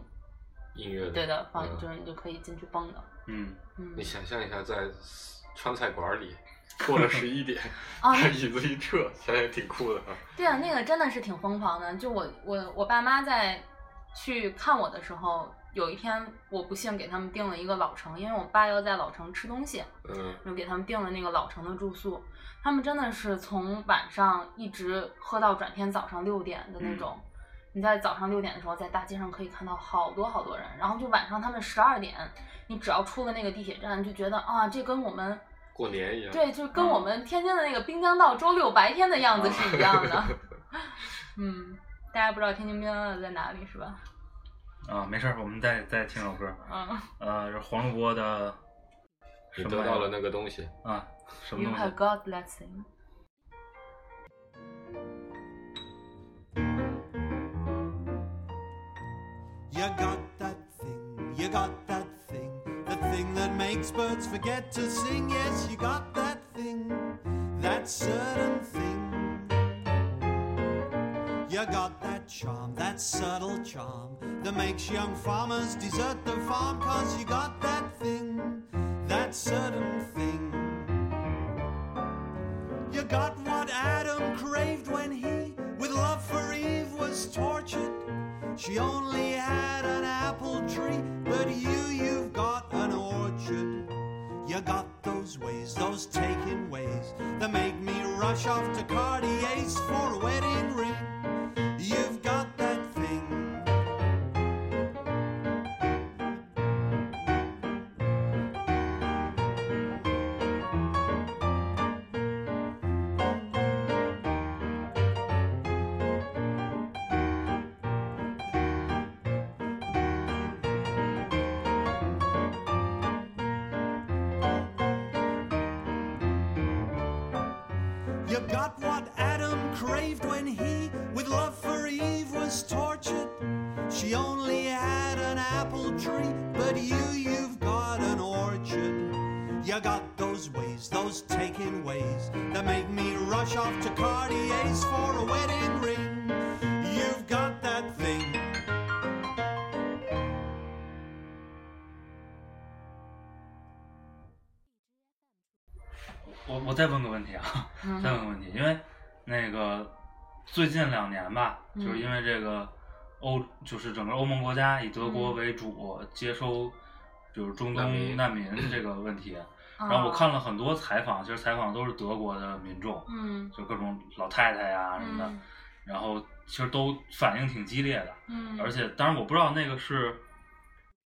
音乐的
对的，放、
嗯
就是你就可以进去蹦的，
嗯，
嗯
你想象一下，在川菜馆里过了十一点，
啊，
把椅子一撤，想想也挺酷的啊。
对啊，那个真的是挺疯狂的。就我我我爸妈在去看我的时候，有一天我不幸给他们订了一个老城，因为我爸要在老城吃东西，
嗯，
就给他们订了那个老城的住宿。他们真的是从晚上一直喝到转天早上六点
嗯
的那种。你在早上六点的时候，在大街上可以看到好多好多人，然后就晚上他们十二点，你只要出了那个地铁站，就觉得啊，这跟我们
过年一样。
对，就跟我
嗯
们天津的那个滨江道周六白天的样子是一样的。
哦
嗯，大家不知道天津滨江道在哪里是吧？
啊，没事儿，我们再再听首歌。
嗯，
呃，是黄立波的
你
什么
得
来着
到了那个东西，
啊，什么
You
东
have
西？
God blessing。
You got that thing, you got that thing, the thing that makes birds forget to sing. Yes, you got that thing, that certain thing. You got that charm, that subtle charm, that makes young farmers desert the farm. Cause you got that thing, that certain thing. You got what Adam craved when he, with love for ways, those taken ways that make me rush off to Cartier's for a wedding ring. You've got that thing. You got what Adam craved when he, with love for Eve, was tortured. She only had an apple tree, but you, you've got an orchard. You got those ways, those taken ways, that make me rush off to Cartier's for a wedding ring. You've got that thing.
我我再问个问题啊，
嗯
再问个问题，因为那个最近两年吧，
嗯
就是因为这个欧，就是整个欧盟国家以德
嗯
国为主、接收，比如中
难
东
民
难民这个问题，
嗯
然后我看了很多采访，其实采访都是德国的民众，
嗯
就各种老太太呀、什么的，
嗯
然后其实都反应挺激烈的，
嗯，
而且当然我不知道那个是，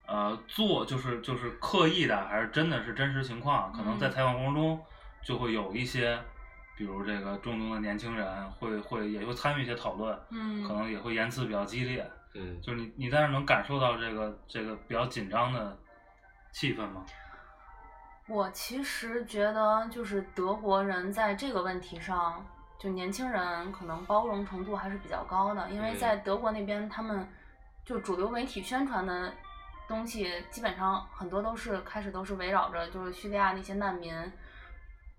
呃，做就是就是刻意的，还是真的是真实情况？可能在
嗯
采访过程中就会有一些，比如这个中东的年轻人会会也会参与一些讨论，
嗯
可能也会言辞比较激烈。
嗯，
就是你你在那儿能感受到这个这个比较紧张的气氛吗？
我其实觉得，就是德国人在这个问题上，就年轻人可能包容程度还是比较高的，因为
嗯
在德国那边，他们就主流媒体宣传的东西，基本上很多都是开始都是围绕着就是叙利亚那些难民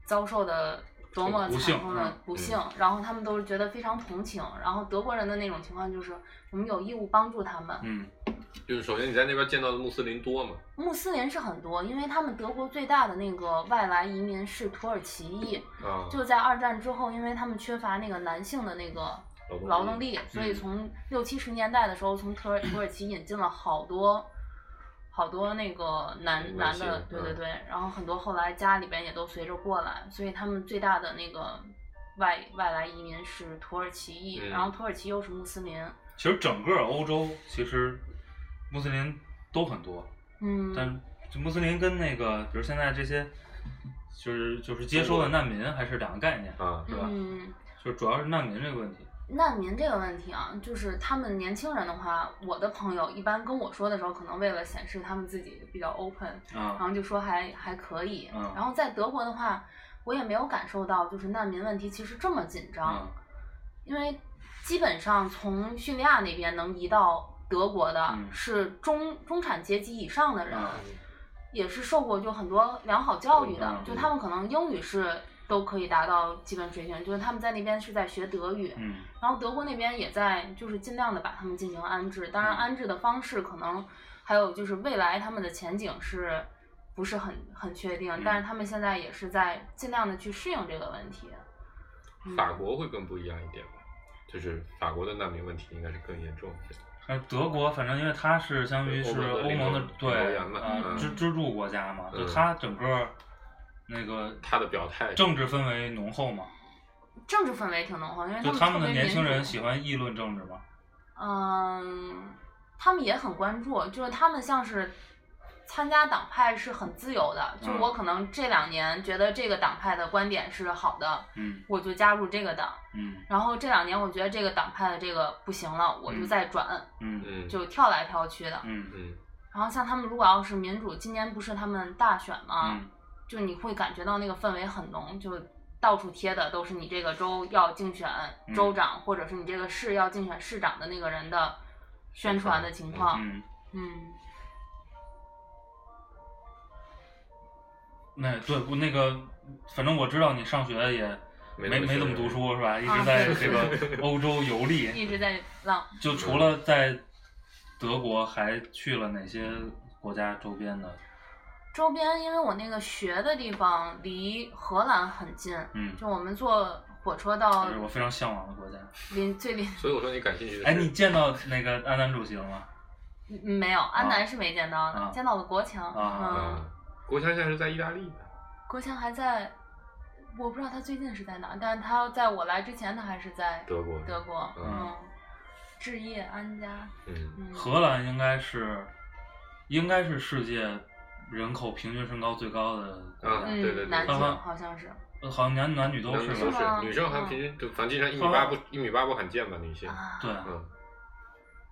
遭受的多么
不
惨
幸
痛的
嗯
不幸，然后他们都是觉得非常同情，然后德国人的那种情况就是我们有义务帮助他们，
嗯
就是首先你在那边见到的穆斯林多嘛，
穆斯林是很多，因为他们德国最大的那个外来移民是土耳其裔，
啊，
就在二战之后，因为他们缺乏那个男性的那个劳动力，
嗯
所以从六七十年代的时候，从土耳土耳其引进了好多好多那个男
男
男
性
的，对对
嗯
对，然后很多后来家里边也都随着过来，所以他们最大的那个外外来移民是土耳其裔，
嗯
然后土耳其又是穆斯林，
其实整个欧洲其实穆斯林都很多，
嗯，
但就穆斯林跟那个，比如现在这些，就是就是接收的难民还是两个概念，
啊，
是吧？
嗯。
就是主要是难民这个问题。
难民这个问题啊，就是他们年轻人的话，我的朋友一般跟我说的时候，可能为了显示他们自己比较 open，然
啊，
后就说还还可以。
嗯
然后在德国的话，我也没有感受到就是难民问题其实这么紧张，
嗯
因为基本上从叙利亚那边能移到德国的
嗯
是中、中产阶级以上的人，
嗯
也是受过就很多良好教育的，
嗯嗯
就他们可能英语是都可以达到基本水平，就是他们在那边是在学德语。
嗯
然后德国那边也在就是尽量的把他们进行安置，当然
嗯
安置的方式可能还有就是未来他们的前景是不是很很确定，
嗯
但是他们现在也是在尽量的去适应这个问题。嗯
法国会更不一样一点吧，就是法国的难民问题应该是更严重一些。
还有德国，反正因为它是相当于
对
是
欧
欧
盟
盟的
的领头领头
对
羊嘛
呃
嗯
支支柱国家嘛，
嗯
就它整个那个
他的表态
政治氛围浓厚嘛，
政治氛围挺浓厚，因为
就
他
他们
们特
的
别
年轻人
民主
喜欢议论政治嘛。
嗯，他们也很关注，就是他们像是参加党派是很自由的，就
嗯
我可能这两年觉得这个党派的观点是好的，
嗯
我就加入这个党。
嗯
然后这两年我觉得这个党派的这个不行了，我就再转，
嗯
嗯
就跳来跳去的。
嗯
嗯
然后像他们如果要是民主，今年不是他们大选嘛，
嗯
就你会感觉到那个氛围很浓，就到处贴的都是你这个州要竞选
嗯
州长，或者是你这个市要竞选市长的那个人的宣传的情况。
嗯，
嗯
那对不那个，反正我知道你上学也
没
没
没
没怎么
学
读书是吧？一
啊
直在
对
这个欧洲游历，
嗯一直在浪。
就除了在德国，还去了哪些国家周边的？
周边因为我那个学的地方离荷兰很近，
嗯，
就我们坐火车到
就是我非常向往的国家。
邻最邻
所以我说你感兴趣的是，
哎，你见到那个阿南主席了吗？
嗯没有，安南是没见到的，
啊
见到了国强。
啊
嗯，
啊，国强现在是在意大利呢，
国强还在，我不知道他最近是在哪儿，但是他在我来之前，他还是在
德国，
德国，
嗯
嗯，置业安家，
嗯，
嗯，
荷兰应该是，应该是世界人口平均身高最高的国家，
啊
嗯
对对对
男
他
性
们
好像是，
呃好像男男女都
男
是
女
吧？
都是
吧，
女生还
嗯
平均就反正经常一米八不一米八不罕见吧，女性，
啊，
对，
嗯，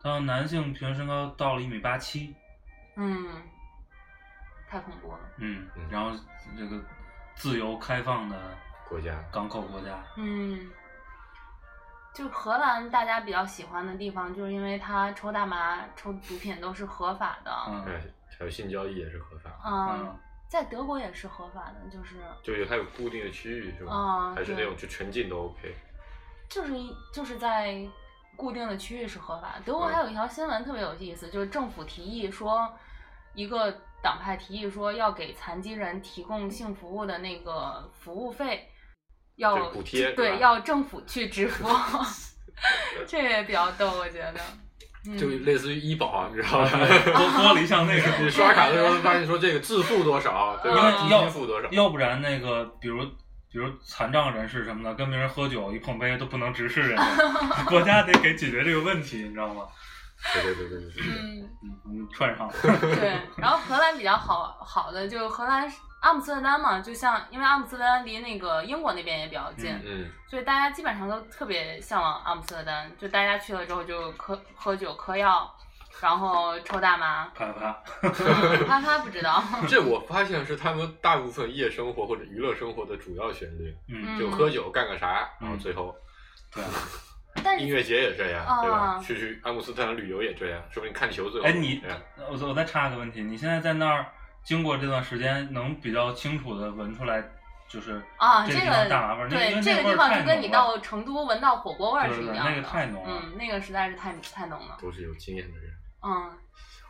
他们男性平均身高到了一米八七，
嗯，太恐怖了，
嗯
嗯，
然后这个自由开放的
国家，
港口国家，
嗯。就荷兰，大家比较喜欢的地方，就是因为它抽大麻、抽毒品都是合法的，
嗯
哎，还有性交易也是合法，
嗯
嗯，，
在德国也是合法的，就是
就是它有固定的区域是吧
啊？
还是那
对
种就全境都 OK，
就是一就是在固定的区域是合法的。德国
嗯
还有一条新闻特别有意思，就是政府提议说，一个党派提议说要给残疾人提供性服务的那个服务费，要
就补贴是吧
对，要政府去支付， 这个也比较逗，我觉得。嗯、
就类似于医保，啊你知道吗？
多多了一项那
你
个，
刷卡的时候发现说这个自付多少，对吧？
因
基
为
金付多少
要？要不然那个比如。比如残障人士什么的，跟别人喝酒一碰杯都不能直视人 家，国家得给解决这个问题，你知道吗？
对对对对对对，
嗯，
嗯，我们串上了。
对，然后荷兰比较好好的就是荷兰是阿姆斯特丹嘛，就像因为阿姆斯特丹离那个英国那边也比较近，
嗯，
嗯，
所以大家基本上都特别向往阿姆斯特丹。就大家去了之后就嗑喝酒、嗑药，然后抽 大麻
啪啪，
嗯啪啪不知道，
这我发现是他们大部分夜生活或者娱乐生活的主要旋律，
嗯，
就喝酒干个啥，然后最后
对。
但
音
是
乐节也这样，对吧？
啊
去去阿姆斯特丹旅游也这样，说不定看球最后。
哎，你
哎
我我再插个问题，你现在在那儿经过这段时间，能比较清楚的闻出来，就是
啊，
这
这
地方大麻味
个
儿，那因
对
为那
这个
味
地
儿
方
太
就跟你
浓
到
了
成都闻到火锅味儿
对
是一
对
样的，
那个太浓了
嗯，那个实在是太太浓了，
都是有经验的人，
嗯。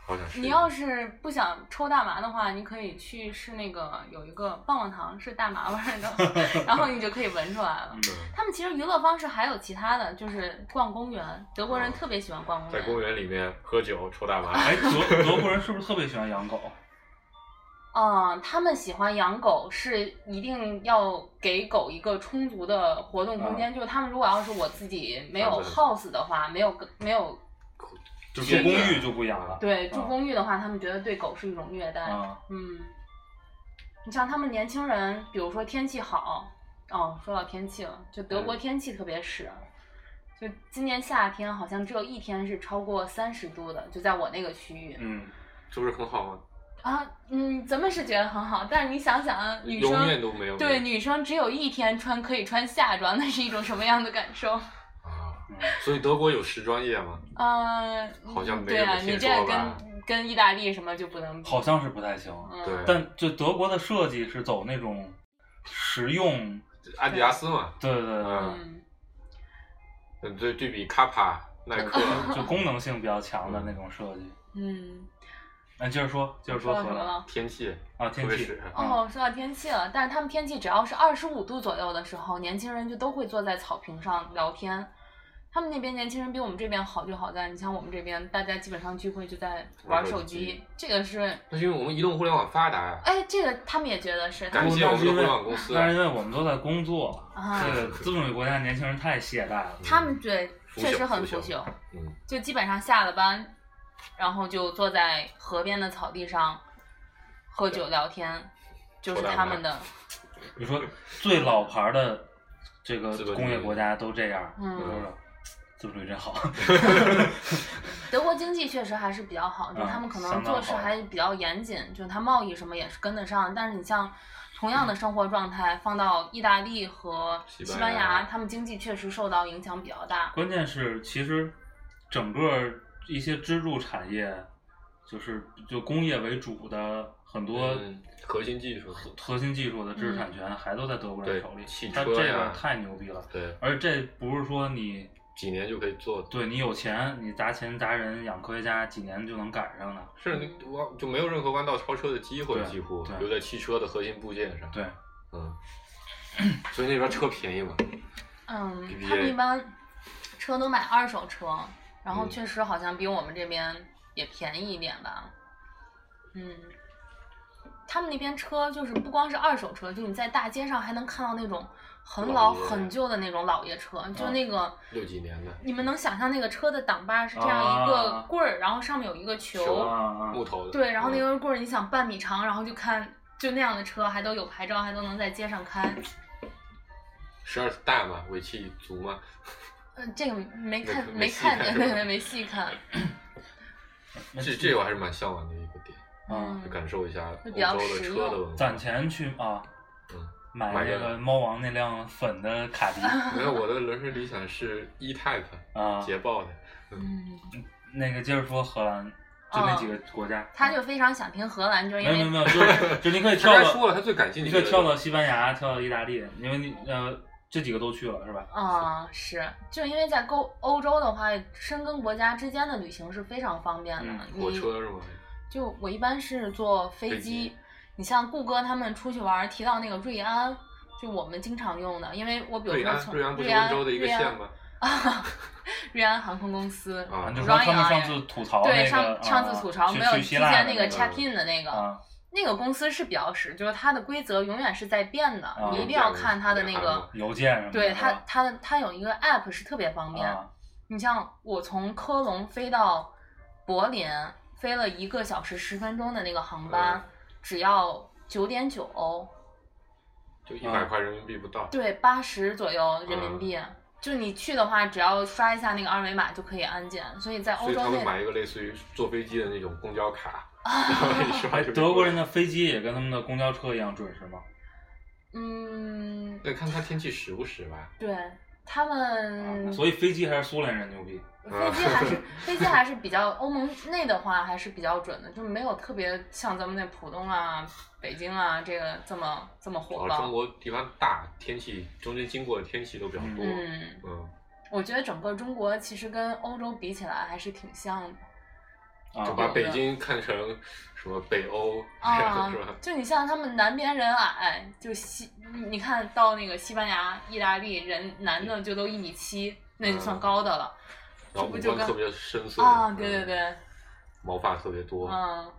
好想试一下。
你要是不想抽大麻的话，你可以去试那个有一个棒棒糖是大麻味儿 的，然后你就可以闻出来了。
嗯
他们其实娱乐方式还有其他的，就是逛公园。德国人
哦
特别喜欢逛公
在
园，
公园里面喝酒抽大麻，
哎，德德国人是不是特别喜欢养狗？
嗯，他们喜欢养狗是一定要给狗一个充足的活动
嗯
空间。就是他们如果要是我自己没有
啊对
house 的话，没有没有
就
去
住公寓就不养了。
对
啊
嗯
住公寓的话，他们觉得对狗是一种虐待。
啊，
嗯，你像他们年轻人，比如说天气好，哦，说到天气了，就德
嗯
国天气特别屎，就今年夏天好像只有一天是超过三十度的，就在我那个区域。
嗯，
这不是很好吗？
啊，嗯，咱们是觉得很好，但是你想想啊， 女
永远
生
都没有
对女生只有一天穿可以穿夏装，那是一种什么样的感受？
啊，所以德国有时装业吗？
嗯、
好像没
对啊，
怎么
你
听
这
说吧
跟跟意大利什么就不能比。
好像是不太行。
嗯，
对，
但就德国的设计是走那种实用，
阿迪达斯嘛，
对对对，
嗯，
嗯，对对比卡帕、耐 克，
就就功能性比较强的那种设计。
嗯，
那接着说，接着说
说到
荷
什么
兰
了？
天气
啊，天
特别
气
是
哦，说到天气了，但是他们天气只要是二十五度左右的时候，年轻人就都会坐在草坪上聊天。他们那边年轻人比我们这边好就好在，你像我们这边，大家基本上聚会就在玩
玩手
手
机
机，这个是，
那是因为我们移动互联网发达，
哎，这个他们也觉得是，他
感
们
谢我们的互联网公司
但是因为我们都在工作，
啊
这个资本主义国家年轻人太懈怠了。
他们对
腐
确实
朽
很
腐
腐
朽
朽，
嗯，
就基本上下了班，然后就坐在河边的草地上喝酒聊天，就是
抽大
他
麻
们的，
你说最老牌的这个
资本主义
工业国家都这样，
嗯
我说资本主义真好。
德国经济确实还是比较好，就是他们可能做事还比较严谨，就是它贸易什么也是跟得上。但是你像同样的生活状态，放到意大利和
西
西
班牙
班牙，他们经济确实受到影响比较大。
关键是，其实整个一些支柱产业，就是就工业为主的很多
嗯核心技术，嗯
核心技术的知识产权还都在德国人手里
对汽，
他
车
这个
呀
太牛逼了。
对，
而这不是说你
几年就可以做，
对你有钱，你砸钱砸人养科学家，几年就能赶上的。
甚至你弯就没有任何弯道超车的机会，
对
几乎
对
留在汽车的核心部件上，
对，
嗯，所以那边车便宜嘛，
嗯
比，比
他们一般车都买二手车，然后
嗯
确实好像比我们这边也便宜一点吧。嗯，他们那边车就是不光是二手车，就你在大街上还能看到那种很老
老爷
很旧的那种老爷车，就那个、
六几年的
你们能想象那个车的挡把是这样一个
啊
棍儿，然后上面有一个球，
球
啊
木头的，
对，然后那
嗯
根棍儿你想半米长，然后就看就那样的车还都有牌照，还都能在街上开，
十二大嘛，尾气足嘛，
嗯、这个没看
没没细
看
看
见，
是吧
对对， 没细看，
这这个我还是蛮向往的一个点，
嗯
啊，
就感受一下
会
欧
比较
洲的
实
车
用
的文化
攒。钱去啊
嗯，
买
买
这
个
个猫王那辆粉的卡 迪
没有，我的人生理想是 E Type
啊。
捷豹的，
嗯，
那个接着说荷兰，就那几个国家。
哦他就非常想听荷兰，就是
没有
因
没有
为
没有，就是就是你可以
他
跳
刚才说
到，
了，他最感兴
你
趣
可
的
以跳到西班牙，跳到意大利，因为你呃这几个都去了是吧？
啊、是，就因为在欧欧洲的话，深根国家之间的旅行是非常方便的，
嗯
你
火车是吗？
就我一般是坐飞
飞
机
机，
你像顾哥他们出去玩儿提到那个瑞安，就我们经常用的，因为我比如
瑞
说
安，
从
瑞安不是
瑞
温
安
州的一个
瑞安
县吗？
啊，瑞安航空公司，
啊，
就
不
是
知道
他们
哎呀
上次吐槽那
对
个
上上次
啊
吐槽
去
没有
去
提
希腊
前
的
那个
个
check in 的那个，
啊，
那个公司是比较使，就是它的规则永远是在变的，
啊
你一定要看它的
这
那
样
个
子，
邮件什么的，啊
对
是
它
嗯
吧
它的它有一个 app 是特别方便，
啊
你像我从科隆飞到柏林，飞了一个小时十分钟的那个航班，
嗯
只要九点九欧，
就一
啊
百块人民币不到。
对，八十左右
嗯
人民币。就你去的话，只要刷一下那个二维码就可以安检，所以在欧
所以
洲
他们
那啊
买一个类似于坐飞机的那种公交卡，然后一刷就
德国人的飞机也跟他们的公交车一样准时吗？啊
嗯，
得看他天气实不实吧。
对他
啊，
们
所以飞机还是苏联人牛逼。
飞机还
啊
是飞机还是比较欧盟内的话还是比较准的，就没有特别像咱们那浦东啊、北京啊这个这么这么
主
火
啊要中
爆。
国地方大，天气中间经过的天气都比较多。
嗯，
嗯，
我觉得整个中国其实跟欧洲比起来还是挺像的
啊
就，把北京看成什么北欧这样
啊
是吧？。
就你像他们南边人矮，就西你你看到那个西班牙、意大利人男的就都一米七，那就
嗯
算高的了。
然后五官特别深邃
啊，对对对，，
嗯毛发特别多，
嗯。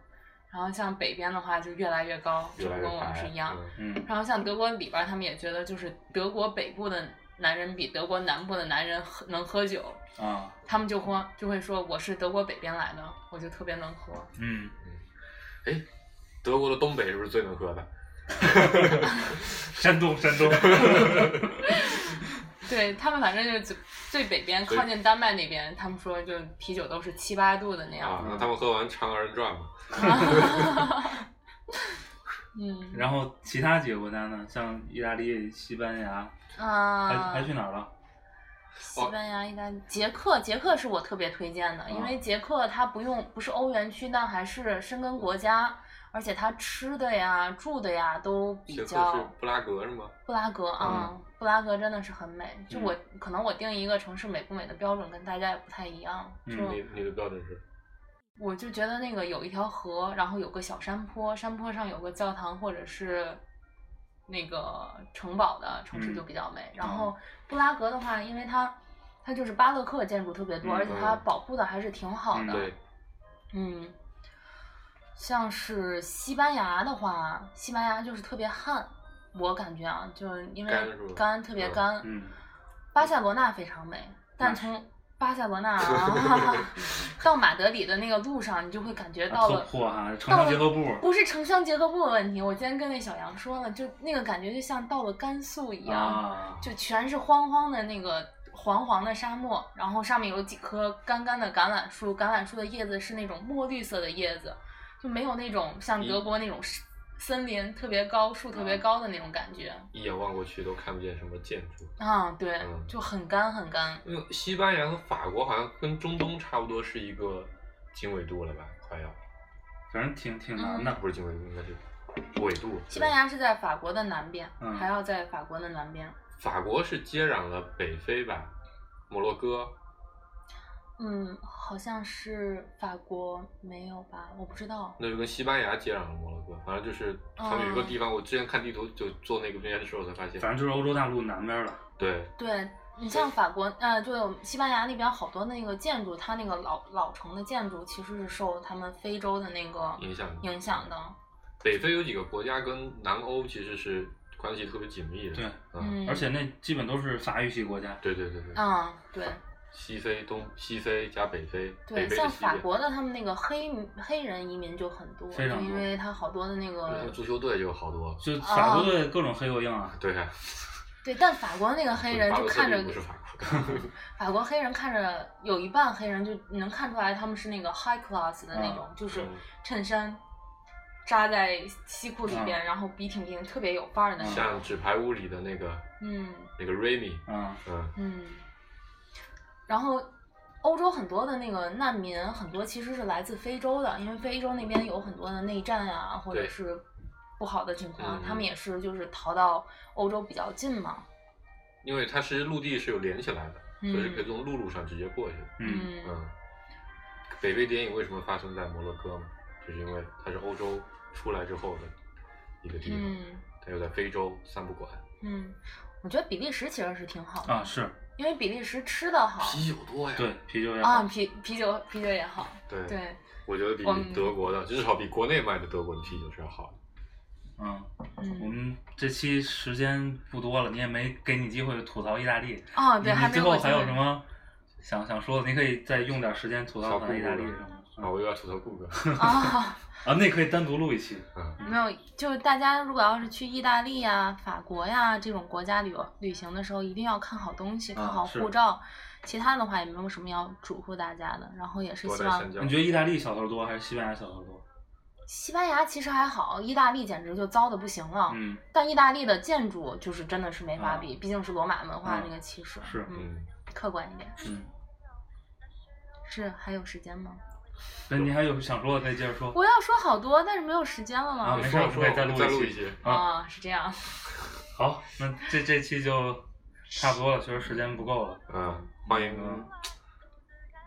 然后像北边的话就越来越高，就
越来
跟
越
我们
白。
是一样。
嗯
嗯，
然后像德国里边儿，他们也觉得就是德国北部的男人比德国南部的男人喝能喝酒，
啊，
他们就喝就会说我是德国北边来的，我就特别能喝。
嗯，
哎，德国的东北是不是最能喝的？
山东，山 东，
对他们反正就是最最北边
所以
靠近丹麦那边，他们说就啤酒都是七八度的那样。
啊，那 他们喝完《长二人转》嘛，
嗯
然后其他几个国家呢，像意大利、西班牙，还
啊
还，去哪儿了？
哦
西班牙、意大利、捷克，捷克是我特别推荐的，因
哦
为捷克它不用不是欧元区，但还是申根国家，而且它吃的呀、住的呀都比
捷克
较
是嗯布拉格是吗？
布拉格啊、布拉格真的是很美。就
嗯
我、可能我定一个城市美不美的标准跟大家也不太一样，就、
嗯
你你的标准是？
我就觉得那个有一条河，然后有个小山坡，山坡上有个教堂或者是那个城堡的城市
嗯
就比较美。然后布拉格的话，因为它它就是巴洛克建筑特别多，
嗯
而且它保护的还是挺好
嗯
的。
对，
嗯，像是西班牙的话，西班牙就是特别旱，我感觉啊，就是因为
干是吧
干特别
嗯
干。
嗯，
巴塞罗那非常美，但从巴塞罗那、 啊、到马德里的那个路上，你就会感觉到
特
了。
啊破哈，城
到
乡
了
结合部
不是城乡结合部的问题，我今天跟那小杨说了，就那个感觉就像到了甘肃一样，
啊，
就全是荒荒的那个黄黄的沙漠，然后上面有几棵干干的橄榄树，橄榄树的叶子是那种墨绿色的叶子，就没有那种
嗯
像德国那种森森林特别高、树特别高的那种感觉。
一眼望过去都看不见什么建筑。
啊，对，
嗯
就很干很干。
因为西班牙和法国好像跟中东差不多是一个经纬度了吧，快要，
反正挺挺难
嗯
的。
不是经纬度，应该是纬度。
西班牙是在法国的南边，
嗯
还要在法国的南边。
对法国是接壤了北非吧，摩洛哥。
嗯，好像是法国没有吧？我不知道。
那就跟西班牙接壤了摩洛哥，反正就是他们有一个地方，我之前看地图就做那个边的时候才发现，
反正就是欧洲大陆南边了，
对，
对你像法国，呃，对，我们西班牙那边好多那个建筑，它那个老老城的建筑其实是受他们非洲的那个
影响
影响的。
北非有几个国家跟南欧其实是关系特别紧密的。
对，
嗯，
嗯，
而且那基本都是法语系国家。
对对对对，
嗯，对
西非、东西非加北非，北非
对，
的
像
西
法
边，
国的他们那个黑黑人移民就很多，就
非常多
因为他好多的那
对他
个
们足球队就有好多。
就
哦
法国队各种黑又硬啊，
对啊，
对，但法国那个黑人
巴
就
洛特
看着
并不是法国 的，
法国黑人看着有一半黑人就能看出来他们是那个 high class 的
嗯
那种，就是衬衫扎在西裤里边，
嗯
然后笔挺笔挺，特别有范儿的那种。
嗯像《纸牌屋》里的那个
嗯
那个 Remy，
嗯，
嗯，
嗯。然后欧洲很多的那个难民，很多其实是来自非洲的，因为非洲那边有很多的内战啊，或者
对
是不好的情况，
嗯
他们也是就是逃到欧洲比较近嘛。
因为它其实陆地是有连起来的，
嗯
所以是可以从陆路上直接过去的。
嗯，
嗯，北非电影为什么发生在摩洛哥嘛？就是因为它是欧洲出来之后的一个地方，
嗯
它又在非洲三不管，
嗯，我觉得比利时其实是挺好的，
啊是
因为比利时吃的好。
啤酒多呀。
对啤酒也
啊，
好，
啤啤酒啤酒也好，
对
对，
我觉得
我们
比德国的，至少比国内卖的德国的啤酒是要好的。
嗯，我
嗯，
们这期时间不多了，你也没给你机会吐槽意大利，
啊，
你
对，还
你
没
最后
我
还
现
有
在
什？么想想说的？你可以再用点时间吐槽
小
吐
姑
槽意大利
姑
什么的
啊，我又要吐槽谷歌。
啊，
啊，那可以单独录一期。
嗯，
没有，就是大家如果要是去意大利呀、法国呀这种国家旅游旅行的时候，一定要看好东西，看
啊
好
是
护照。其他的话也没有什么要嘱咐大家的，然后也是
多
希
带
望
香蕉
你。觉得意大利小偷多还是西班牙小偷多？
西班牙其实还好，意大利简直就糟的不行了。
嗯，
但意大利的建筑就是真的是没法
啊
比，毕竟是罗马文化
嗯
那个气势。
是
嗯，
嗯，
客观一点。
嗯，
是还有时间吗？
那你还有想说的可以接着说。
我要说好多，但是没有时间了嘛。
啊没事
说
我们可以再录一期
再录一期。
啊
啊，是这样。
好，那这这期就差不多了，确实时间不够了。
嗯，欢迎，
嗯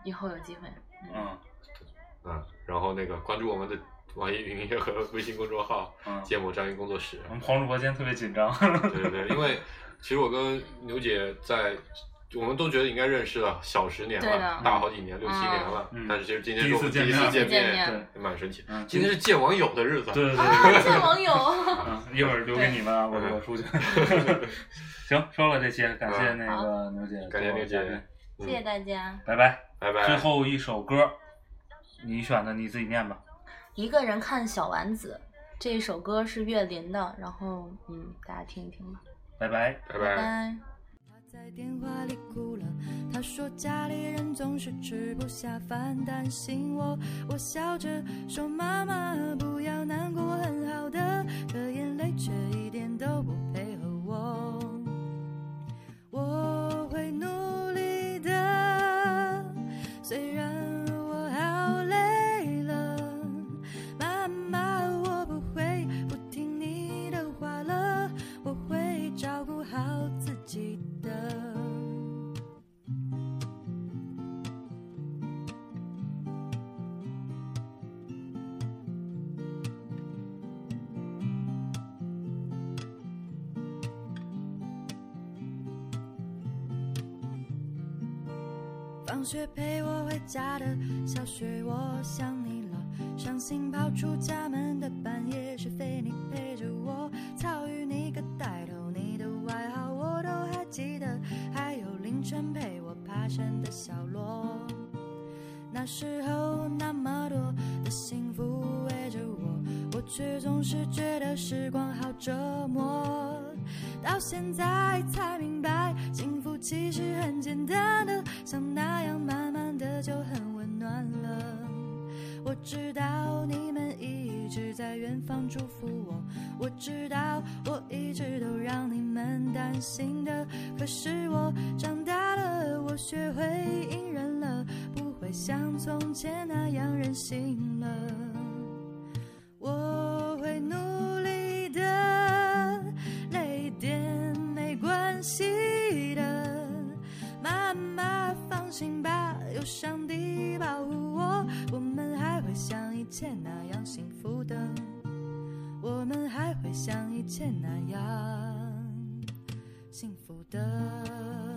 以后有机会。
嗯
嗯，然后那个关注我们的网易云音乐和微信公众号
嗯
“芥末章鱼工作室
我们黄主播今天特别紧张。”。
对对对，因为其实我跟牛姐在。我们都觉得应该认识了小十年
对的
了，大好几年，六七年了。
嗯
但是其实今天
第
是
一
我
次
们第
见
一
面，
次见
见面
对，
也蛮神奇。
嗯，
今天是见网友的日子。
对对对
啊，
对对
见 网友。
嗯，一会儿留给你们啊，我我出去。行，收了这期，感谢那个牛姐，
感谢牛
嘉
姐
宾
嗯
谢谢大家。
拜拜。
拜拜。
最后一首歌，你选的你自己念吧。
一个人看小丸子这一首歌是岳林的，然后嗯，大家听一听吧。
拜拜。
拜
拜
拜。
拜。
他在电话里哭了，他说家里人总是吃不下饭，担心我。我笑着说妈妈不要难过，很好的，可眼泪却一点都不配合我。我会努力的，虽然我好累了。妈妈，我不会不听你的话了。我会照顾好自己的。放学陪我回家的小雪，我想你了。伤心跑出家门的半夜，是非你陪着我。草与你个带头，你的外号我都还记得。还有凌晨陪我爬山的小罗。那时候那么多的幸福围着我，我却总是觉得时光好折磨。到现在才明白，幸福其实很简单的，像那样慢慢的就很温暖了。我知道你们一直在远方祝福我，我知道我一直都让你们担心的。可是我长大了，我学会隐忍了，不会像从前那样任性了。我会努力的，累一点没关系的。妈妈放心吧，有上帝保护我，我们还会像以前那样幸福的，我们还会像以前那样幸福的。